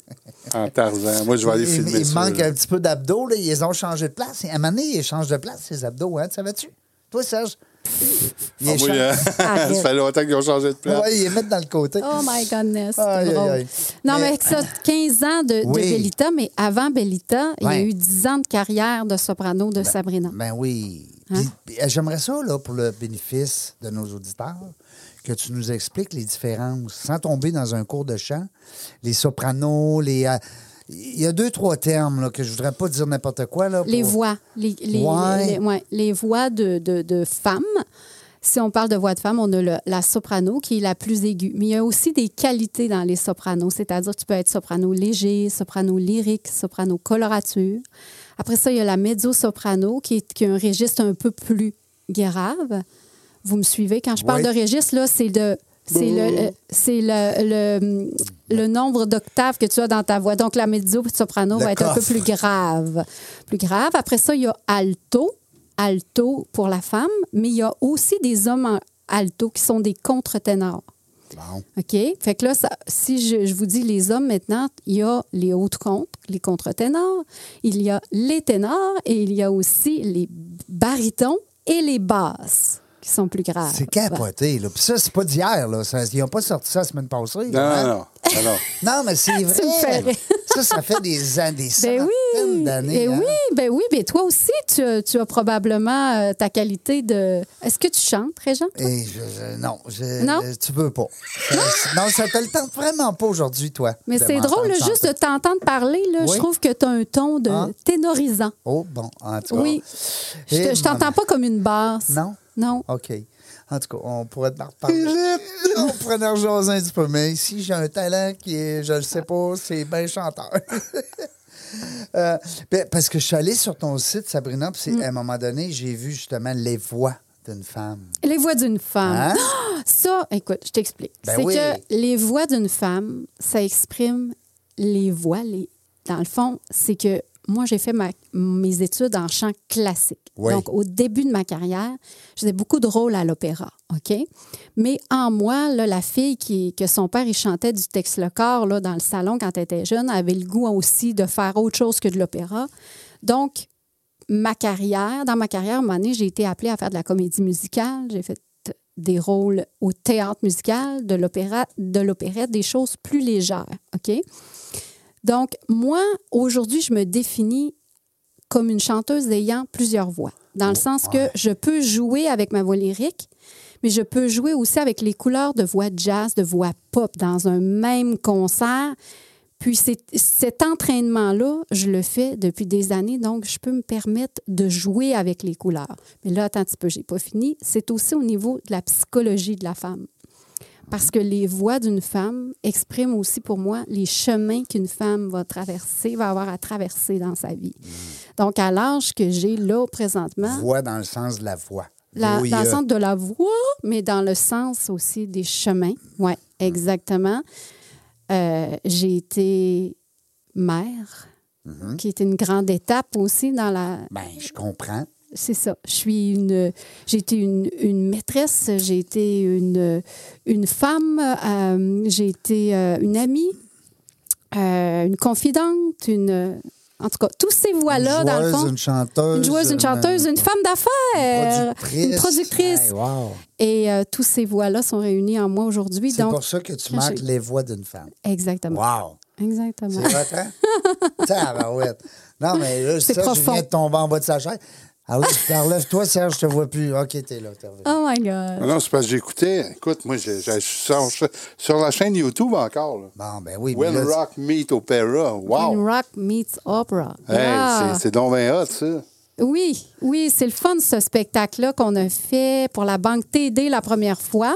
Speaker 2: En Tarzan. Moi, je vais aller
Speaker 1: Il-
Speaker 2: filmer
Speaker 1: Il
Speaker 2: ça,
Speaker 1: manque
Speaker 2: là.
Speaker 1: un petit peu d'abdos. là. Ils ont changé de place. À un moment donné, ils changent de place, ces abdos. Hein, tu savais-tu? Toi, Serge? Ils
Speaker 2: Ah,
Speaker 1: [laughs]
Speaker 2: moi,
Speaker 1: échangent-
Speaker 2: euh,
Speaker 3: Arrête.
Speaker 2: [laughs] ça fait longtemps qu'ils ont changé de place.
Speaker 1: Ouais, ils les mettent dans le côté.
Speaker 3: Oh my goodness. c'est
Speaker 1: Aïe, aïe,
Speaker 3: drôle.
Speaker 1: aïe.
Speaker 3: Non,
Speaker 1: Mais-
Speaker 3: mais, avec ça, 15 ans de, de
Speaker 1: Oui.
Speaker 3: Bellita, mais avant Bellita, il y a
Speaker 1: Ouais.
Speaker 3: eu 10 ans de carrière de soprano de Sabrina.
Speaker 1: Ben oui.
Speaker 3: Hein?
Speaker 1: Puis, puis, euh, J'aimerais ça, là, pour le bénéfice de nos auditeurs, que tu nous expliques les différences, sans tomber dans un cours de chant. Les sopranos, les. euh, Il y a deux, trois termes là, que je voudrais pas dire n'importe quoi. Là,
Speaker 3: Les
Speaker 1: pour-
Speaker 3: voix. Les, les,
Speaker 1: Ouais.
Speaker 3: les- ouais, les voix de, de- de femmes. Si on parle de voix de femme, on a le- la soprano qui est la plus aiguë. Mais il y a aussi des qualités dans les sopranos, c'est-à-dire que tu peux être soprano léger, soprano lyrique, soprano colorature. Après ça, il y a la mezzo-soprano qui, est- qui a un registre un peu plus grave. Vous me suivez? Quand je parle
Speaker 1: Oui.
Speaker 3: de registre, là, c'est de. C'est le, le- c'est le, le, le nombre d'octaves que tu as dans ta voix. Donc, la mezzo-soprano
Speaker 1: Le
Speaker 3: va être un peu
Speaker 1: coffre.
Speaker 3: plus grave. Plus grave. Après ça, il y a alto, alto pour la femme, mais il y a aussi des hommes en alto qui sont des contre-ténors.
Speaker 1: Bon.
Speaker 3: OK? Fait que là, ça- si je, je vous dis les hommes maintenant, il y a les hautes comptes, les contre-ténors, il y a les ténors et il y a aussi les barytons et les basses qui sont plus graves.
Speaker 1: C'est capoté. Là. Puis ça, c'est pas d'hier. Là. Ça- ils n'ont pas sorti ça la semaine passée.
Speaker 2: Non,
Speaker 1: hein?
Speaker 2: non, non. Ah, non, non.
Speaker 1: Non, mais
Speaker 3: [laughs]
Speaker 1: c'est
Speaker 3: me fais
Speaker 1: vrai.
Speaker 3: rire.
Speaker 1: ça, ça fait des années, des
Speaker 3: Ben
Speaker 1: centaines
Speaker 3: oui,
Speaker 1: d'années.
Speaker 3: ben
Speaker 1: hein.
Speaker 3: oui, ben oui, ben toi aussi, tu, as- tu as probablement euh, ta qualité de. Est-ce que tu chantes, Régent?
Speaker 1: Et je- je- non, je-
Speaker 3: Non?
Speaker 1: je- tu veux pas. Ça- non, ça te le tente vraiment pas aujourd'hui, toi.
Speaker 3: Mais
Speaker 1: de
Speaker 3: c'est
Speaker 1: m'entendre
Speaker 3: drôle, là, juste
Speaker 1: chanter.
Speaker 3: de t'entendre parler, là,
Speaker 1: Oui.
Speaker 3: je trouve que tu as un ton de
Speaker 1: Hein?
Speaker 3: ténorisant.
Speaker 1: Oh, bon, en tout cas.
Speaker 3: Oui. Je
Speaker 1: Et
Speaker 3: te- je t'entends pas comme une basse.
Speaker 1: Non? Ah.
Speaker 3: Non.
Speaker 1: OK. En tout cas, on pourrait te reparler. on pourrait en rejaser un petit peu, mais ici, j'ai un talent qui est, je le sais pas, c'est bien chanteur. [laughs] Euh, ben, parce que je suis allé sur ton site, Sabrina, puis
Speaker 3: Mm.
Speaker 1: c'est- à un moment donné, j'ai vu justement les voix d'une femme.
Speaker 3: Les voix d'une femme.
Speaker 1: Hein?
Speaker 3: Ça, écoute, je t'explique.
Speaker 1: Ben
Speaker 3: c'est
Speaker 1: oui.
Speaker 3: que les voix d'une femme, ça exprime les voix. Les... Dans le fond, c'est que moi, j'ai fait ma- mes études en chant classique.
Speaker 1: Oui.
Speaker 3: Donc, au début de ma carrière, je faisais beaucoup de rôles à l'opéra, OK? Mais en moi, là, la fille qui, que son père, il chantait du texte le corps là, dans le salon quand elle était jeune, elle avait le goût aussi de faire autre chose que de l'opéra. Donc, ma carrière, dans ma carrière, à un moment donné, j'ai été appelée à faire de la comédie musicale. J'ai fait des rôles au théâtre musical, de l'opéra, de l'opérette, des choses plus légères. OK? Donc, moi, aujourd'hui, je me définis comme une chanteuse ayant plusieurs voix, dans le sens que je peux jouer avec ma voix lyrique, mais je peux jouer aussi avec les couleurs de voix jazz, de voix pop dans un même concert. Puis c'est- cet entraînement-là, je le fais depuis des années, donc je peux me permettre de jouer avec les couleurs. Mais là, attends un petit peu, j'ai pas fini. C'est aussi au niveau de la psychologie de la femme. Parce que les voix d'une femme expriment aussi pour moi les chemins qu'une femme va traverser, va avoir à traverser dans sa vie. Donc, à l'âge que j'ai là présentement,
Speaker 1: Voix dans le sens de la voix.
Speaker 3: Hein? la-
Speaker 1: Oui,
Speaker 3: dans le
Speaker 1: euh,
Speaker 3: sens de la voix, mais dans le sens aussi des chemins. Oui,
Speaker 1: Ah.
Speaker 3: exactement. Euh, j'ai été mère,
Speaker 1: Mm-hmm.
Speaker 3: qui était une grande étape aussi dans la.
Speaker 1: ben, je comprends.
Speaker 3: C'est ça. Je suis une. J'ai été une, une maîtresse, j'ai été une, une femme, euh, j'ai été euh, une amie, euh, une confidente, une. En tout cas, tous ces voix-là,
Speaker 1: une
Speaker 3: dans le
Speaker 1: joueuse,
Speaker 3: fond.
Speaker 1: une chanteuse. euh,
Speaker 3: Une joueuse, une chanteuse, une femme d'affaires, une productrice.
Speaker 1: Hey, wow.
Speaker 3: Et euh, tous ces voix-là sont réunis en moi aujourd'hui.
Speaker 1: C'est
Speaker 3: Donc,
Speaker 1: pour ça que tu
Speaker 3: quand
Speaker 1: manques
Speaker 3: j'ai-
Speaker 1: les voix d'une femme.
Speaker 3: exactement.
Speaker 1: Wow. C'est
Speaker 3: Exactement.
Speaker 1: hot, hein?
Speaker 3: [laughs]
Speaker 1: Tabarouette. Non, mais là,
Speaker 3: C'est
Speaker 1: ça, je
Speaker 3: profond.
Speaker 1: viens de tomber en bas de sa chaise. Ah oui, relève-toi, Serge, je te vois plus. OK, t'es là, t'es revenu.
Speaker 3: Oh my God.
Speaker 2: Ah,
Speaker 1: Hein?
Speaker 2: Non, non, c'est parce que j'écoutais. Écoute, moi, j'ai- j'ai- je suis sur, sur la chaîne YouTube encore. là.
Speaker 1: Bon, ben oui. mais
Speaker 2: When
Speaker 1: là,
Speaker 2: Rock Meet Opera.
Speaker 3: When
Speaker 2: Wow!
Speaker 3: rock Ah. meets opera.
Speaker 2: Hey,
Speaker 3: Yeah.
Speaker 2: c'est- C'est donc bien hot, ça.
Speaker 3: Oui, oui, c'est le fun, ce spectacle-là qu'on a fait pour la Banque TD la première fois.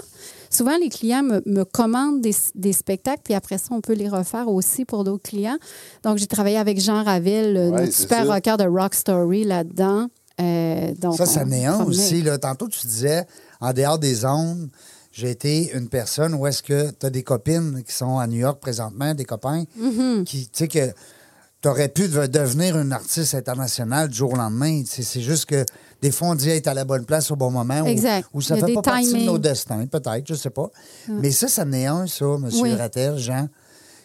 Speaker 3: Souvent, les clients me, me commandent des, des spectacles, puis après ça, on peut les refaire aussi pour d'autres clients. Donc, j'ai travaillé avec Jean Ravel, euh,
Speaker 2: Ouais,
Speaker 3: notre
Speaker 2: c'est
Speaker 3: super
Speaker 2: ça.
Speaker 3: rocker de Rock Story, là-dedans. Euh, donc,
Speaker 1: Ça, ça
Speaker 3: on
Speaker 1: en est un
Speaker 3: promenait.
Speaker 1: aussi. Là. Tantôt, tu disais, en dehors des ondes, j'ai été une personne où est-ce que tu as des copines qui sont à New York présentement, des copains,
Speaker 3: Mm-hmm.
Speaker 1: qui, tu sais, que tu aurais pu de- devenir une artiste internationale du jour au lendemain. C'est c'est juste que des fois, on dit être à la bonne place au bon moment ou-
Speaker 3: Exact.
Speaker 1: ou ça
Speaker 3: Il y a
Speaker 1: fait
Speaker 3: des
Speaker 1: pas partie de
Speaker 3: timings. Ah.
Speaker 1: nos destins, peut-être, je sais pas. Mais ça, ça en est un, ça, M.
Speaker 3: Oui.
Speaker 1: Rattel, Jean.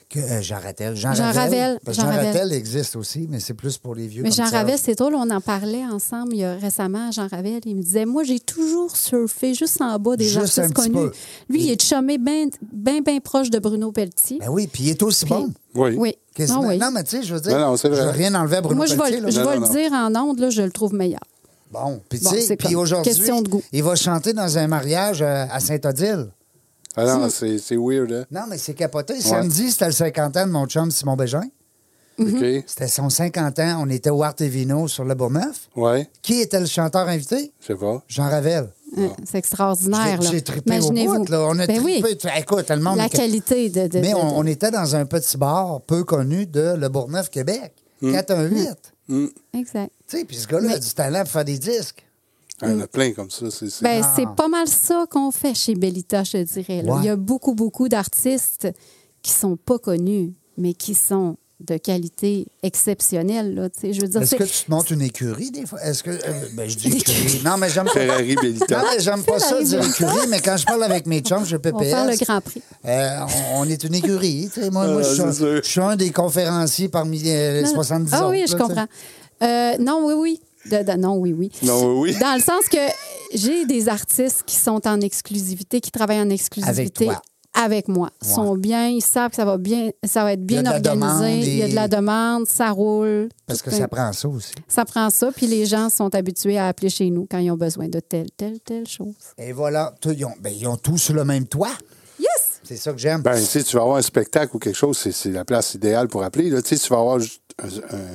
Speaker 1: Que, euh, Jean Rattel. Jean,
Speaker 3: Jean Ravel,
Speaker 1: Parce que
Speaker 3: Jean
Speaker 1: Jean
Speaker 3: Ravel.
Speaker 1: Rattel existe aussi, mais c'est plus pour les vieux.
Speaker 3: Mais
Speaker 1: comme
Speaker 3: Jean
Speaker 1: Serge.
Speaker 3: Ravel, c'est drôle, on en parlait ensemble il y a récemment. Jean Ravel, il me disait Moi, j'ai toujours surfé juste en bas des
Speaker 1: Juste un
Speaker 3: artistes
Speaker 1: petit
Speaker 3: connus.
Speaker 1: peu.
Speaker 3: Lui, il est chumé bien, bien, bien proche de Bruno Pelletier.
Speaker 1: Ben oui, puis il est aussi
Speaker 3: Puis-
Speaker 1: bon.
Speaker 2: Oui.
Speaker 3: Oui.
Speaker 1: Quasiment.
Speaker 3: Ah oui.
Speaker 1: Non, mais tu sais, je veux dire,
Speaker 2: Non, non, c'est
Speaker 1: je veux
Speaker 2: vrai.
Speaker 1: rien enlever à Bruno
Speaker 3: Moi, je vais,
Speaker 1: Pelletier,
Speaker 3: le-
Speaker 1: là. Ah.
Speaker 3: je
Speaker 2: Non,
Speaker 3: vais
Speaker 2: non,
Speaker 3: le
Speaker 2: non.
Speaker 3: dire en ondes, là, je le trouve meilleur.
Speaker 1: Bon, puis tu
Speaker 3: Bon,
Speaker 1: sais,
Speaker 3: c'est
Speaker 1: puis
Speaker 3: comme
Speaker 1: aujourd'hui,
Speaker 3: question de goût.
Speaker 1: il va chanter dans un mariage euh, à Saint-Odile.
Speaker 2: Ah
Speaker 3: Mm.
Speaker 2: non, c'est c'est weird, hein?
Speaker 1: Non, mais c'est capoté. Samedi, c'était le 50 ans de mon chum Simon Bégin.
Speaker 3: Mm-hmm.
Speaker 2: OK.
Speaker 1: C'était son 50 ans. On était au Art et Vino sur le Bourgneuf.
Speaker 2: Ouais,
Speaker 1: Qui était le chanteur invité?
Speaker 2: je sais pas.
Speaker 1: Jean Ravel.
Speaker 3: Hein, C'est extraordinaire.
Speaker 1: J'ai-
Speaker 3: là.
Speaker 1: J'ai trippé au
Speaker 3: Imaginez-vous.
Speaker 1: bout, là. On a
Speaker 3: Ben oui,
Speaker 1: trippé. Tu- Écoute, le monde
Speaker 3: la
Speaker 1: est-
Speaker 3: qualité de. de-
Speaker 1: Mais
Speaker 3: de-
Speaker 1: on, on
Speaker 3: de-
Speaker 1: était dans un petit bar peu connu de Le Bourgneuf, Québec.
Speaker 2: Hmm.
Speaker 1: 418.
Speaker 3: Hmm. Exact.
Speaker 1: Tu sais, puis ce gars-là a du talent pour faire des disques.
Speaker 2: Il y en a plein comme ça. c'est- c'est-
Speaker 3: Mm. Ben,
Speaker 1: Ah.
Speaker 3: c'est pas mal ça qu'on fait chez Bellita, je te dirais. là.
Speaker 1: Ouais.
Speaker 3: Il y a beaucoup, beaucoup d'artistes qui sont pas connus, mais qui sont de qualité exceptionnelle. Là, tu sais. je veux dire,
Speaker 1: Est-ce
Speaker 3: c'est-
Speaker 1: que tu te montes une écurie des fois? Est-ce que. euh, ben, je dis écurie. Non, mais j'aime pas.
Speaker 2: Ferrari Bellita.
Speaker 3: [laughs]
Speaker 1: Non, mais j'aime pas ça
Speaker 3: Ferrari
Speaker 1: dire
Speaker 3: Bellita.
Speaker 1: écurie, mais quand je parle avec mes chums, je peux
Speaker 3: on va faire le
Speaker 1: PS.
Speaker 3: Grand Prix.
Speaker 1: euh, on- on est une écurie. tu sais. Moi, moi,
Speaker 2: Ah,
Speaker 1: je, suis
Speaker 2: c'est
Speaker 1: un,
Speaker 2: sûr.
Speaker 1: je suis un des conférenciers parmi euh, les
Speaker 3: Non, non.
Speaker 1: 70
Speaker 3: Ah oui,
Speaker 1: autres, là,
Speaker 3: je
Speaker 1: tu sais.
Speaker 3: comprends. Euh, non, oui, oui. De- de- non, oui, oui.
Speaker 2: Non, oui, oui.
Speaker 3: Dans le sens que j'ai des artistes qui sont en exclusivité, qui travaillent en exclusivité.
Speaker 1: Avec toi.
Speaker 3: avec moi. Ils
Speaker 1: Ouais.
Speaker 3: sont bien, ils savent que ça va bien, ça va être
Speaker 1: y a
Speaker 3: bien
Speaker 1: de la demande
Speaker 3: organisé. Il y a
Speaker 1: et-
Speaker 3: de la demande, ça roule.
Speaker 1: Parce
Speaker 3: Tout
Speaker 1: que
Speaker 3: un-
Speaker 1: ça prend ça aussi.
Speaker 3: ça prend ça, puis les gens sont habitués à appeler chez nous quand ils ont besoin de telle, telle, telle chose.
Speaker 1: Et voilà. Tout- ils, ont, ben, ils ont tous sur le même toit.
Speaker 3: Yes!
Speaker 1: C'est ça que j'aime.
Speaker 2: Ben, tu sais, tu vas avoir un spectacle ou quelque chose, c'est- c'est la place idéale pour appeler. Là. Tu sais, tu vas avoir juste un, un,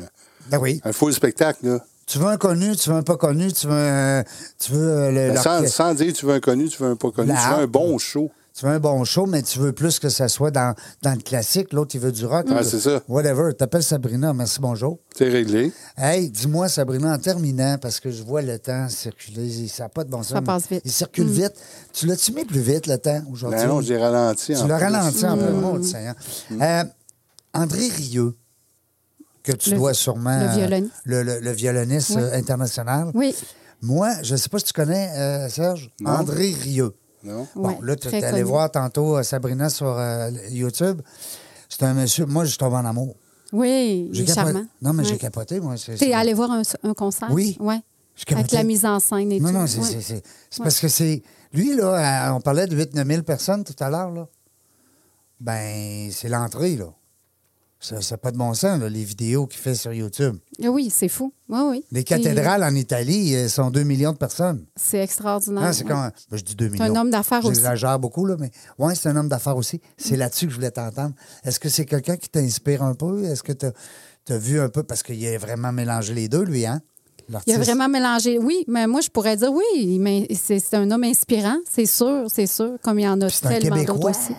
Speaker 1: Ben oui.
Speaker 2: un full spectacle. Là.
Speaker 1: Tu veux un connu, tu veux un pas connu, tu veux, un- tu veux, euh, le-
Speaker 2: Ben, sans,
Speaker 1: l'orchestre.
Speaker 2: sans dire tu veux un connu, tu veux un pas
Speaker 3: Ben,
Speaker 2: connu,
Speaker 1: La
Speaker 2: tu veux un
Speaker 1: harpe.
Speaker 2: bon show.
Speaker 1: Tu veux un bon show, mais tu veux plus que ça soit dans, dans le classique. L'autre, il veut du rock.
Speaker 2: Ouais,
Speaker 1: L'autre,
Speaker 2: c'est ça.
Speaker 1: Whatever. T'appelles Sabrina. Merci, bonjour.
Speaker 2: C'est réglé.
Speaker 1: Hey, dis-moi, Sabrina, en terminant, parce que je vois le temps circuler. Ça n'a pas de bon sens.
Speaker 3: Ça passe
Speaker 1: mais
Speaker 3: vite. Mm.
Speaker 1: Il circule vite. Tu l'as-tu mis plus vite, le temps, aujourd'hui?
Speaker 2: Ben non, j'ai ralenti. en
Speaker 1: Tu l'as
Speaker 2: plus.
Speaker 1: ralenti un peu, mon Dieu Seigneur.
Speaker 2: mm.
Speaker 1: Euh, André Rieu, que tu
Speaker 3: Le-
Speaker 1: dois sûrement...
Speaker 3: le
Speaker 1: euh,
Speaker 3: violoniste.
Speaker 1: le, le- le violoniste
Speaker 3: Oui.
Speaker 1: euh, international.
Speaker 3: Oui.
Speaker 1: Moi, je ne sais pas si tu connais, euh, Serge,
Speaker 2: Non.
Speaker 1: André Rieu.
Speaker 2: Non?
Speaker 1: Bon,
Speaker 3: Ouais,
Speaker 1: là, tu
Speaker 3: très
Speaker 1: es allé
Speaker 3: connu.
Speaker 1: voir tantôt euh, Sabrina sur euh, YouTube. C'est un monsieur. Moi, je tombe en amour.
Speaker 3: Oui, il
Speaker 1: J'ai
Speaker 3: est
Speaker 1: capoté-
Speaker 3: charmant.
Speaker 1: Non, mais
Speaker 3: Ouais.
Speaker 1: j'ai capoté, moi. C'est,
Speaker 3: T'es
Speaker 1: c'est-
Speaker 3: allé voir un, un concert?
Speaker 1: Oui.
Speaker 3: Ouais.
Speaker 1: Je capotais.
Speaker 3: Avec la mise en scène et
Speaker 1: Non,
Speaker 3: tout.
Speaker 1: non, c'est,
Speaker 3: Ouais.
Speaker 1: c'est- c'est- c'est parce que c'est. Lui, là, euh, on parlait de 8-9 000 personnes tout à l'heure, là. Ben, c'est l'entrée, là. Ça n'a pas de bon sens, là, les vidéos qu'il fait sur YouTube.
Speaker 3: Ah Oui, c'est fou. Oui, oui.
Speaker 1: Les
Speaker 3: Puis,
Speaker 1: cathédrales en Italie euh, sont 2 millions de personnes.
Speaker 3: C'est extraordinaire.
Speaker 1: Hein, c'est
Speaker 3: ouais.
Speaker 1: quand même- ben, je dis 2
Speaker 3: C'est un
Speaker 1: millions.
Speaker 3: homme d'affaires aussi. Mm.
Speaker 1: J'exagère beaucoup, là, mais oui, c'est un homme d'affaires aussi. C'est là-dessus que je voulais t'entendre. Est-ce que c'est quelqu'un qui t'inspire un peu? Est-ce que tu as, vu un peu? Parce qu'il a vraiment mélangé les deux, lui, hein?
Speaker 3: Il a
Speaker 1: l'artiste.
Speaker 3: vraiment mélangé. Oui, mais moi, je pourrais dire oui, mais c'est c'est un homme inspirant, c'est sûr, c'est sûr, comme il y en a
Speaker 1: Puis c'est un
Speaker 3: tellement d'autres
Speaker 1: Québécois.
Speaker 3: aussi.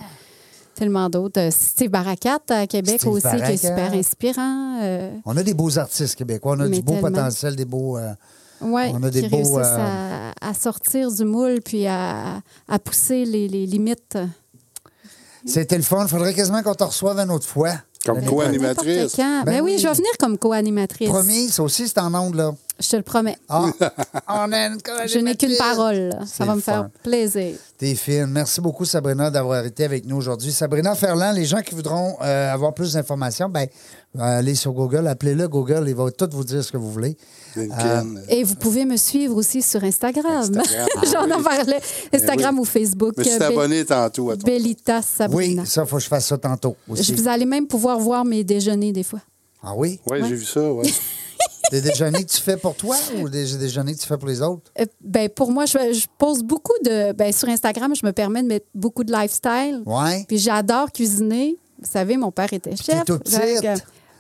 Speaker 3: Tellement d'autres. Euh, Steve Barakat à Québec
Speaker 1: Steve
Speaker 3: aussi, qui est
Speaker 1: Barakat.
Speaker 3: super inspirant. euh,
Speaker 1: On a des beaux artistes québécois, on a
Speaker 3: Mais
Speaker 1: du beau
Speaker 3: tellement. Mm.
Speaker 1: potentiel, des beaux. euh,
Speaker 3: ouais,
Speaker 1: On a des
Speaker 3: qui
Speaker 1: beaux,
Speaker 3: réussissent
Speaker 1: euh,
Speaker 3: à, à sortir du moule puis à, à pousser les, les limites.
Speaker 1: C'était le fun. Faudrait quasiment qu'on te reçoive une autre fois.
Speaker 2: Comme
Speaker 1: L'année prochaine.
Speaker 2: co-animatrice.
Speaker 3: N'importe quand.
Speaker 1: Ben
Speaker 3: Ben, oui,
Speaker 1: oui.
Speaker 3: je vais venir comme co-animatrice.
Speaker 1: Promis, ça aussi, c'est en ondes, là.
Speaker 3: Je te le promets. [laughs]
Speaker 1: Ah, on a une co-animatrice.
Speaker 3: Je n'ai qu'une parole. Ça va
Speaker 1: le
Speaker 3: me
Speaker 1: fun.
Speaker 3: faire plaisir.
Speaker 1: T'es fine. Merci beaucoup, Sabrina, d'avoir été avec nous aujourd'hui. Sabrina Ferland, les gens qui voudront euh, avoir plus d'informations, ben, euh, allez sur Google, appelez-le Google, il va tout vous dire ce que vous voulez.
Speaker 2: LinkedIn.
Speaker 1: Ah.
Speaker 3: Et vous pouvez me suivre aussi sur Instagram.
Speaker 2: Instagram,
Speaker 3: [laughs]
Speaker 2: ah
Speaker 3: J'en
Speaker 2: oui. Eh
Speaker 3: ai parlé. Instagram ou Facebook. euh,
Speaker 2: Je me suis
Speaker 3: Be-
Speaker 2: abonné tantôt à ton.
Speaker 3: Bellita
Speaker 1: Oui,
Speaker 3: Sabrina.
Speaker 1: ça, faut que je fasse ça tantôt
Speaker 3: Je-
Speaker 1: aussi.
Speaker 3: vous allez même pouvoir voir mes déjeuners des fois.
Speaker 1: Ah oui?
Speaker 2: Oui, j'ai vu ça,
Speaker 1: [laughs]
Speaker 2: ouais.
Speaker 1: Des déjeuners que tu fais pour toi ou des déjeuners que tu fais pour les autres?
Speaker 3: Euh, ben, pour moi, je, je pose beaucoup de. Ben, sur Instagram, je me permets de mettre beaucoup de lifestyle.
Speaker 1: Ouais.
Speaker 3: Puis j'adore cuisiner. Vous savez, mon père était chef.
Speaker 1: toute petite.
Speaker 3: Donc, euh,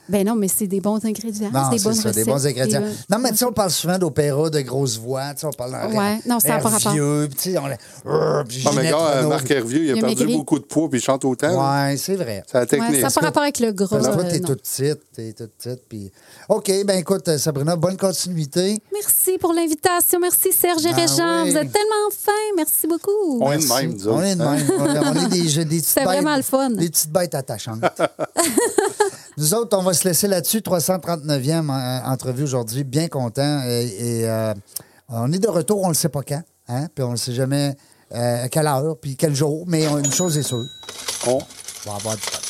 Speaker 3: ben non, mais c'est des bons ingrédients.
Speaker 1: Non,
Speaker 3: Ah, c'est des
Speaker 1: c'est
Speaker 3: bonnes
Speaker 1: ça, des
Speaker 3: recettes, euh,
Speaker 1: bons
Speaker 3: des
Speaker 1: ingrédients.
Speaker 3: bonnes-
Speaker 1: Non, mais tu sais, on parle souvent d'opéra, de grosses voix, tu sais, on parle d'un
Speaker 3: Ouais, non, ça n'a pas rapport.
Speaker 1: vieux, puis tu sais, on est...
Speaker 2: Ah, mais gars, euh, Marc Hervieux, il a
Speaker 3: Il a
Speaker 2: perdu
Speaker 3: maigri.
Speaker 2: beaucoup de poids puis il chante autant.
Speaker 1: Ouais, c'est vrai.
Speaker 2: C'est la
Speaker 3: Ouais,
Speaker 2: technique.
Speaker 3: ça n'a pas rapport avec le gros.
Speaker 1: Parce que toi,
Speaker 3: euh,
Speaker 1: t'es
Speaker 3: non.
Speaker 1: toute petite, t'es toute petite, puis... OK, ben écoute, euh, Sabrina, bonne continuité.
Speaker 3: Merci pour l'invitation. Merci, Serge et
Speaker 1: Ah
Speaker 3: Régent.
Speaker 1: oui.
Speaker 3: Vous êtes tellement fins. Merci beaucoup.
Speaker 2: On est de même, nous
Speaker 1: on
Speaker 2: autres,
Speaker 1: est de
Speaker 2: hein.
Speaker 1: même. On est- on est des, des
Speaker 3: [laughs]
Speaker 1: petites
Speaker 3: C'était vraiment
Speaker 1: bêtes-
Speaker 3: le fun.
Speaker 1: Des petites bêtes attachantes. [laughs] Nous autres, on va se laisser là-dessus. 339e en- euh, entrevue aujourd'hui. Bien content. Et, et, euh, on est de retour, on ne le sait pas quand. Hein? Puis on ne sait jamais euh, à quelle heure, puis quel jour. Mais on- une chose est sûre,
Speaker 2: On-
Speaker 1: on va avoir du fun.